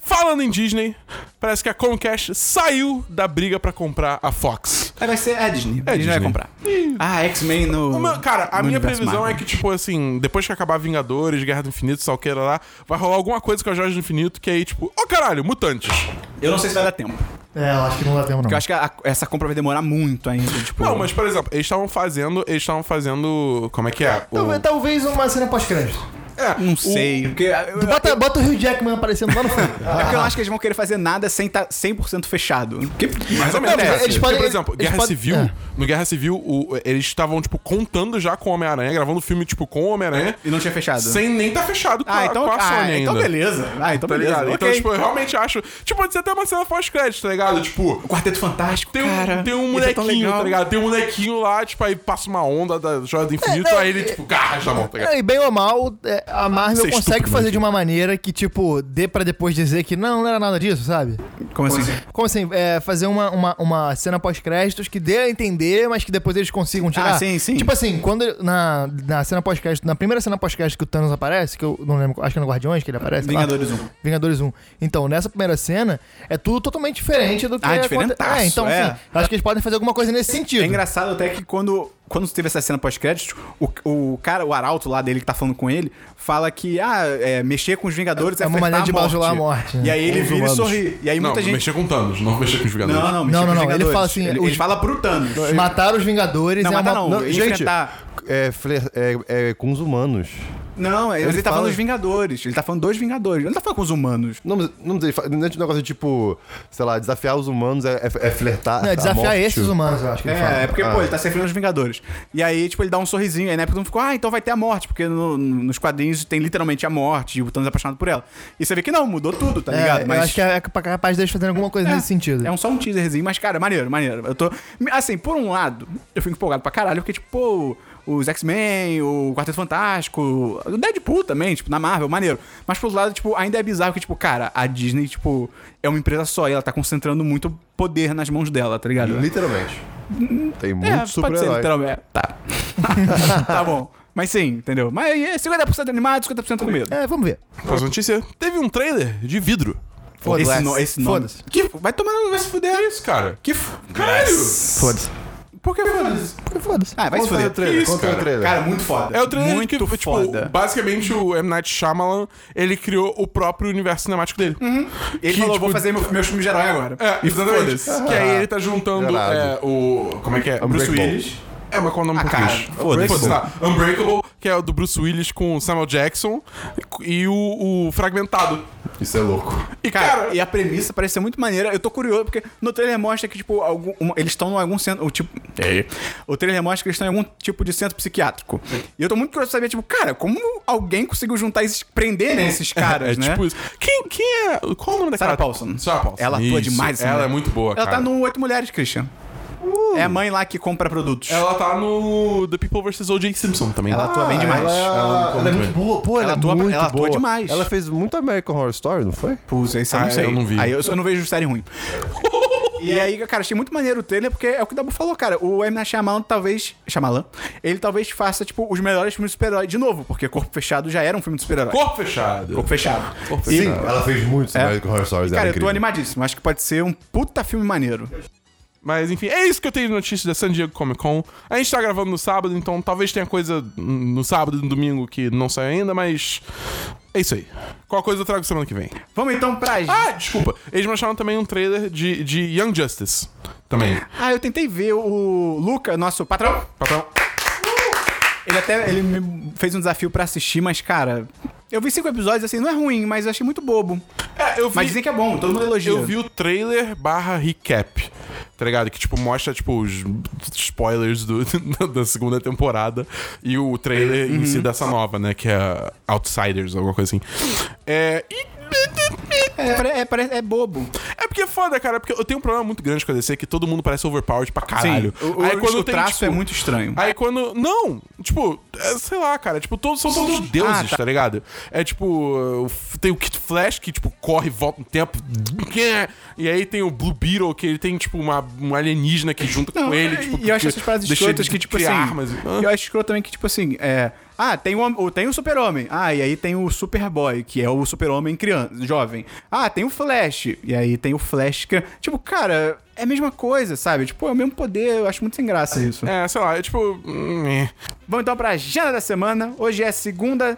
Falando em Disney, parece que a Comcast saiu da briga pra comprar a Fox.
Aí vai ser a É Disney. a Disney vai
Disney.
comprar. Ah, X-Men no.
O meu- cara, a
no
minha
universo
previsão
Marvel.
é que, tipo assim, depois que acabar Vingadores, Guerra do Infinito, Salqueira lá, vai rolar alguma coisa com a Jorge do Infinito que aí, tipo, ô caralho, mutantes.
Eu não sei se vai dar tempo. Porque
É, eu acho que não dá tempo, não.
eu acho que a- essa compra vai demorar muito ainda. Tipo,
Não, mas por exemplo, eles estavam fazendo. Eles estavam fazendo. Como é que é? O-
Talvez, talvez uma cena pós-crédito.
é,
Não
o-
sei. Porque eu, eu,
Bota, bota o Hugh Jackman aparecendo lá no fundo.
é porque eu não acho que eles vão querer fazer nada sem tá estar 100% fechado. É, Porque,
Mais ou menos.
Não,
né?
eles
Porque,
podem-
por exemplo,
eles
Guerra
podem-
Civil.
é.
No Guerra Civil, o- eles estavam, tipo, contando já com o Homem-Aranha, gravando filme, tipo, com o Homem-Aranha.
E não tinha fechado.
Sem nem tá fechado com,
É. ah,
a,
então,
com a Sony
ah,
ainda.
então beleza. Ah, então
Tá
beleza.
ligado? Então,
ok.
tipo, eu realmente acho. Tipo, pode ser até uma cena pós-crédito, tá ligado? Tipo,
o Quarteto Fantástico.
Tem um,
cara,
tem um
isso é tão
molequinho,
legal.
tá ligado? Tem um molequinho lá, tipo, aí passa uma onda da Joia do Infinito,
É, não,
aí ele, tipo, garra na mão, tá ligado?
É, E bem ou mal, é, a
Ah,
Marvel
Isso é
consegue
estúpido,
fazer
né?
de uma maneira que, tipo, dê pra depois dizer que não, não era nada disso, sabe?
Como assim?
Como assim, é, fazer uma, uma, uma cena pós-créditos que dê a entender, mas que depois eles consigam tirar.
Ah, sim, sim.
Tipo assim, quando ele- na, na cena pós-crédito, na primeira cena pós-crédito que o Thanos aparece, que eu não lembro, acho que é no Guardiões que ele aparece. sei lá.
Vingadores 1.
Vingadores 1. Então, nessa primeira cena, é tudo totalmente diferente do que
Ah,
aconte-
diferentaço,
É, então,
é.
assim, acho que eles podem fazer alguma coisa nesse sentido.
É engraçado até que quando, quando teve essa cena pós-crédito, o, o cara, o arauto lá dele que tá falando com ele, fala que, ah, é, mexer com os Vingadores é,
É uma
afetar
maneira de
a morte.
bajular a morte, né?
E aí ele
Os
vira e
humanos.
sorri. E aí
Não,
muita gente...
mexer com Thanos, não mexer com os Vingadores.
Não, não, mexer
Não,
com
não,
os
não, ele
Vingadores.
fala assim,
Ele,
os-
ele fala pro Thanos.
Matar os Vingadores
Não,
é
matar
uma...
não.
Não, gente,
enfrentar-
é, fler- é- é com os humanos.
Não, ele,
Ele
tá falando
fala-
dos Vingadores. Ele tá falando dos Vingadores. Ele não tá falando com os humanos.
Não, mas não, sei, não é de negócio de tipo, sei lá, desafiar os humanos é, é- é flertar.
Não, é
a
desafiar
morte.
esses humanos, eu acho que ele fala.
É, é porque,
Ah.
pô, ele tá se referindo aos Vingadores. E aí, tipo, ele dá um sorrisinho. Aí na época todo mundo ficou, ah, então vai ter a morte, porque no- no- nos quadrinhos tem literalmente a morte e o Thanos é apaixonado por ela. E você vê que não, mudou tudo, tá
É,
ligado?
Eu acho que é capaz deles fazerem alguma coisa nesse sentido.
É um, só um teaserzinho, mas, cara, maneiro, maneiro. Eu tô. Assim, por um lado, eu fico empolgado pra caralho, porque, tipo, pô, os X-Men, o Quarteto Fantástico, o Deadpool também, tipo, na Marvel, maneiro. Mas por outro lado, tipo, ainda é bizarro que, tipo, cara, a Disney, tipo, é uma empresa só e ela tá concentrando muito poder nas mãos dela, tá ligado?
Literalmente.
Hum,
Tem muito
É, pode ser,
super-herói.
literalmente. Tá. tá bom. Mas sim, entendeu? Mas aí é 50% animado, 50% com medo.
É, vamos ver.
Mas a notícia teve um trailer de vidro.
Foda-se.
Esse, no, esse nome.
Foda-se.
Que, vai tomar no. Vai se fuder.
É isso, cara.
Que. f-
Caralho!
Foda-se.
Por que foda-se?
Porque foda-se.
Ah, vai se
Conta
fuder.
o trailer,
isso,
conta o
cara?
trailer.
Cara, muito foda.
É o trailer
muito
que, tipo,
foda.
basicamente o M. Night Shyamalan, ele criou o próprio universo cinemático dele.
Uhum. Ele
que,
falou,
tipo,
vou fazer meu, meu filme de herói agora.
É,
e
exatamente.
foda-se.
Que aí ele tá juntando
Caralho.
é, o. Como é que é? Bruce
Unbreakable.
Willis. É, mas qual é o nome
Ah,
do
cara,
bicho?
foda-se.
Foda-se, tá. Unbreakable, que é o do Bruce Willis com o Samuel Jackson. E o, o Fragmentado,
Isso é louco.
E, cara, e a premissa parece ser muito maneira. Eu tô curioso, porque no trailer mostra que, tipo, algum, uma- eles estão em algum centro. o Tipo, é. O trailer mostra que eles estão em algum tipo de centro psiquiátrico. E eu tô muito curioso pra saber, tipo, cara, como alguém conseguiu juntar esses. prender né, esses caras,
É
né?
tipo isso. Quem, quem é. Qual o nome daquela?
Sarah Paulson.
Sarah Paulson.
Ela atua demais, essa
Ela
mulher.
é muito boa,
Ela
cara. Uh.
tá no Oito Mulheres, Christian. É a mãe lá que compra produtos.
Ela Ah, tá no The People vs. O.J. Simpson também.
Ela atua bem demais.
Ela, ela é muito boa. Pô, ela,
Ela
é
atua-
muito
ela atua
boa.
demais.
Ela fez muito American Horror Story, não foi?
Putz, isso eu
Ah,
não
eu
sei.
não vi.
Aí eu, só não vejo série ruim.
é-
E aí, cara, achei muito maneiro o trailer, porque é o que o Dabu falou, cara. O M. Night Shyamalan talvez... Shyamalan? Ele talvez faça, tipo, os melhores filmes de super-herói de novo, porque Corpo Fechado já era um filme de super-herói.
Corpo fechado.
Corpo Fechado.
Corpo
Sim, ela fez muitos American Horror Stories.
Cara,
ela é
eu tô
incrível.
animadíssimo. Acho que pode ser um puta filme maneiro.
Mas enfim, é isso que eu tenho de notícias da San Diego Comic Con. A gente tá gravando no sábado, então talvez tenha coisa hum, no sábado e no domingo que não saiu ainda, mas. É isso aí. Qual coisa eu trago semana que vem?
Vamos então pra...
Ah, desculpa. Eles mostraram também um trailer de, de Young Justice. Também.
Ah, eu tentei ver o Luca, nosso patrão.
Patrão.
Ele até ele me fez um desafio pra assistir, mas, cara... Eu vi cinco episódios, assim, não é ruim, mas eu achei muito bobo.
É, eu vi.
Mas dizem que é bom, todo mundo elogia.
Eu vi o trailer barra recap, tá ligado? Que, tipo, mostra, tipo, os spoilers do- da segunda temporada e o trailer em
Uhum.
si dessa nova, né? Que é Outsiders, alguma coisa assim. É, e-
É, pare- é, pare- é bobo.
é porque é foda, cara. Porque eu tenho um problema muito grande com a DC, que todo mundo parece overpowered pra caralho.
Sim, o, o- o
tem,
traço
tipo,
é muito estranho.
Aí quando. Não! Tipo, é, sei lá, cara. Tipo, todos são todos deuses,
Ah,
tá.
tá.
ligado? É tipo. o F- Tem o Kid Flash que, tipo, corre e volta no tempo. E aí tem o Blue Beetle, que ele tem, tipo, uma, um alienígena que junta com ele. Tipo,
é, e eu acho essas frases
deixa
escrotas
ele
que, tipo assim.
criar Armas. Hã?
Eu acho escroto também que, tipo assim, é. Ah, tem o, hom- o- tem o Super-Homem. Ah, e aí tem o Superboy, que é o Super-Homem criança, jovem. Ah, tem o Flash. E aí tem o Flash. Que, tipo, cara, é a mesma coisa, sabe? Tipo, é o mesmo poder. Eu acho muito sem graça isso.
É, sei lá, é tipo. hum, é.
Vamos então pra agenda da semana. Hoje é segunda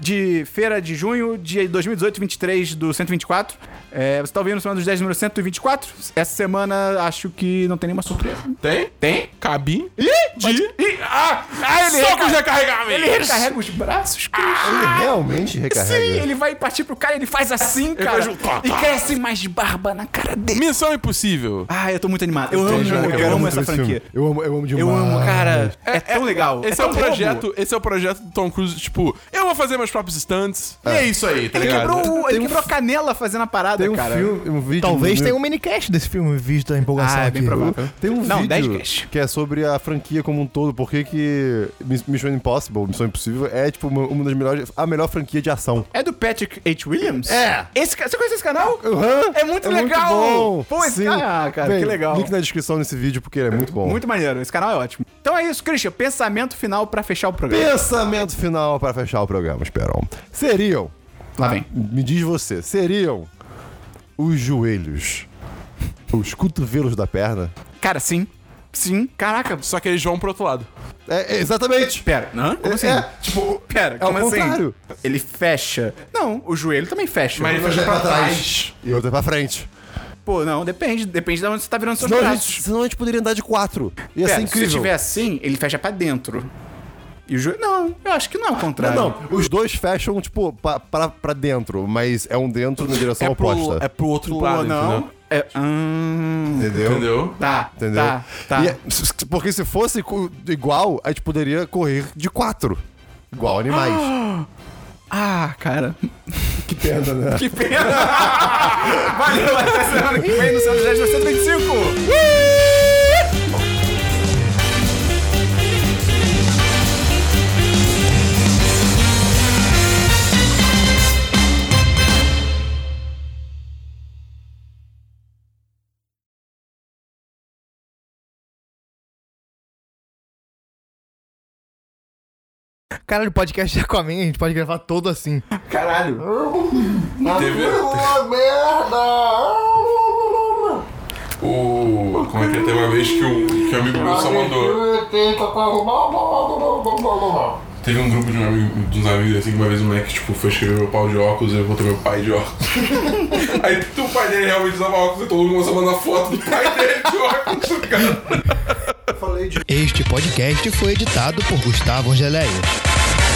de feira de junho de 2018, 23 do 124. É, você tá ouvindo Semana dos 10, número 124? Essa semana acho que não tem nenhuma surpresa.
Tem?
Tem?
Cabi. Ih! De. Ih! Ah! ah
ele
Só que eu
recarrega-
já carregava
Ele recarrega os braços, Christian.
Ele Ah, realmente
Sim,
recarrega.
Ah, ele é vai partir pro cara, ele faz assim, cara.
faz um tó,
E
tó.
cresce mais barba na cara dele.
Missão Impossível.
Ah, eu tô muito animado. Eu,
Ele
amo,
já
eu,
recarrega
amo
muito
essa
esse
franquia.
filme. Eu amo, eu amo demais.
Eu amo, cara. É, tão legal.
Esse é,
tão
o
bobo.
projeto, esse é o projeto do Tom Cruise, tipo, eu vou fazer meus próprios stunts. E é isso aí, tá
Ele
ligado?
quebrou, ele
um
quebrou a canela fazendo a parada,
Tem um
cara.
filme, um vídeo.
Talvez
no-
tenha um minicast desse filme, visto a empolgação
tipo, Ah, é bem
aqui.
provável.
Tem um
Não,
vídeo
10.
que é sobre a franquia como um todo. Por que que Miss- Mission Impossible, Missão Impossível, é tipo uma, uma das melhores... A melhor franquia de ação.
É do Patrick H. Williams?
É.
Esse, ca- você conhece esse canal?
Uhum.
É muito legal.
bom.
Pô, esse
Sim.
cara, cara,
Bem,
que legal.
Link na descrição desse vídeo, porque ele é muito bom.
Muito maneiro, esse canal é ótimo. Então é isso, Christian. Pensamento final pra fechar o programa.
Pensamento final para fechar o programa, Esperon. Seriam,
Lá vem.
me diz você, seriam os joelhos, os cotovelos da perna?
Cara, sim. Sim. Caraca.
Só que eles vão pro outro lado.
É, é, exatamente.
Pera. Hã? Como assim?
É,
tipo, pera,
ao
como assim?
contrário.
Ele fecha. Não, o joelho também fecha.
Mas ele
Mas é
fecha pra
pra
trás.
E outra pra frente.
Pô, não, depende. Depende de onde você tá virando seus
Senão a,
braços.
gente, senão a gente poderia andar de quatro. Ia
Pera,
ser é incrível.
Se tiver assim, ele fecha pra dentro. E o joelho. Não, eu acho que não é o contrário.
Não, os dois fecham, tipo, pra, pra, pra dentro, mas é um dentro na direção oposta.
é pro outro
Pô,
lado,
não.
entendeu?
É, hum,
Entendeu?
Entendeu?
tá,
Entendeu?
tá, tá.
E é- s- s- porque se fosse co- igual, a gente poderia correr de quatro. Igual animais.
Ah, cara.
que pena, né?
Que pena. Valeu, até semana que vem no Santos 10 925.
Caralho, o podcast é com a minha, a gente pode gravar todo assim.
Caralho.
Teve o... Como é que é? Teve uma vez que um, que um amigo meu só mandou... Teve um grupo de, um amigo, de uns amigos assim que uma vez o moleque tipo, foi escrever meu pau de óculos e eu botei meu pai de óculos. Aí o pai dele realmente usava óculos e todo mundo começou a mandar foto do pai dele de óculos, cara.
Este podcast foi editado por Gustavo Angeléia.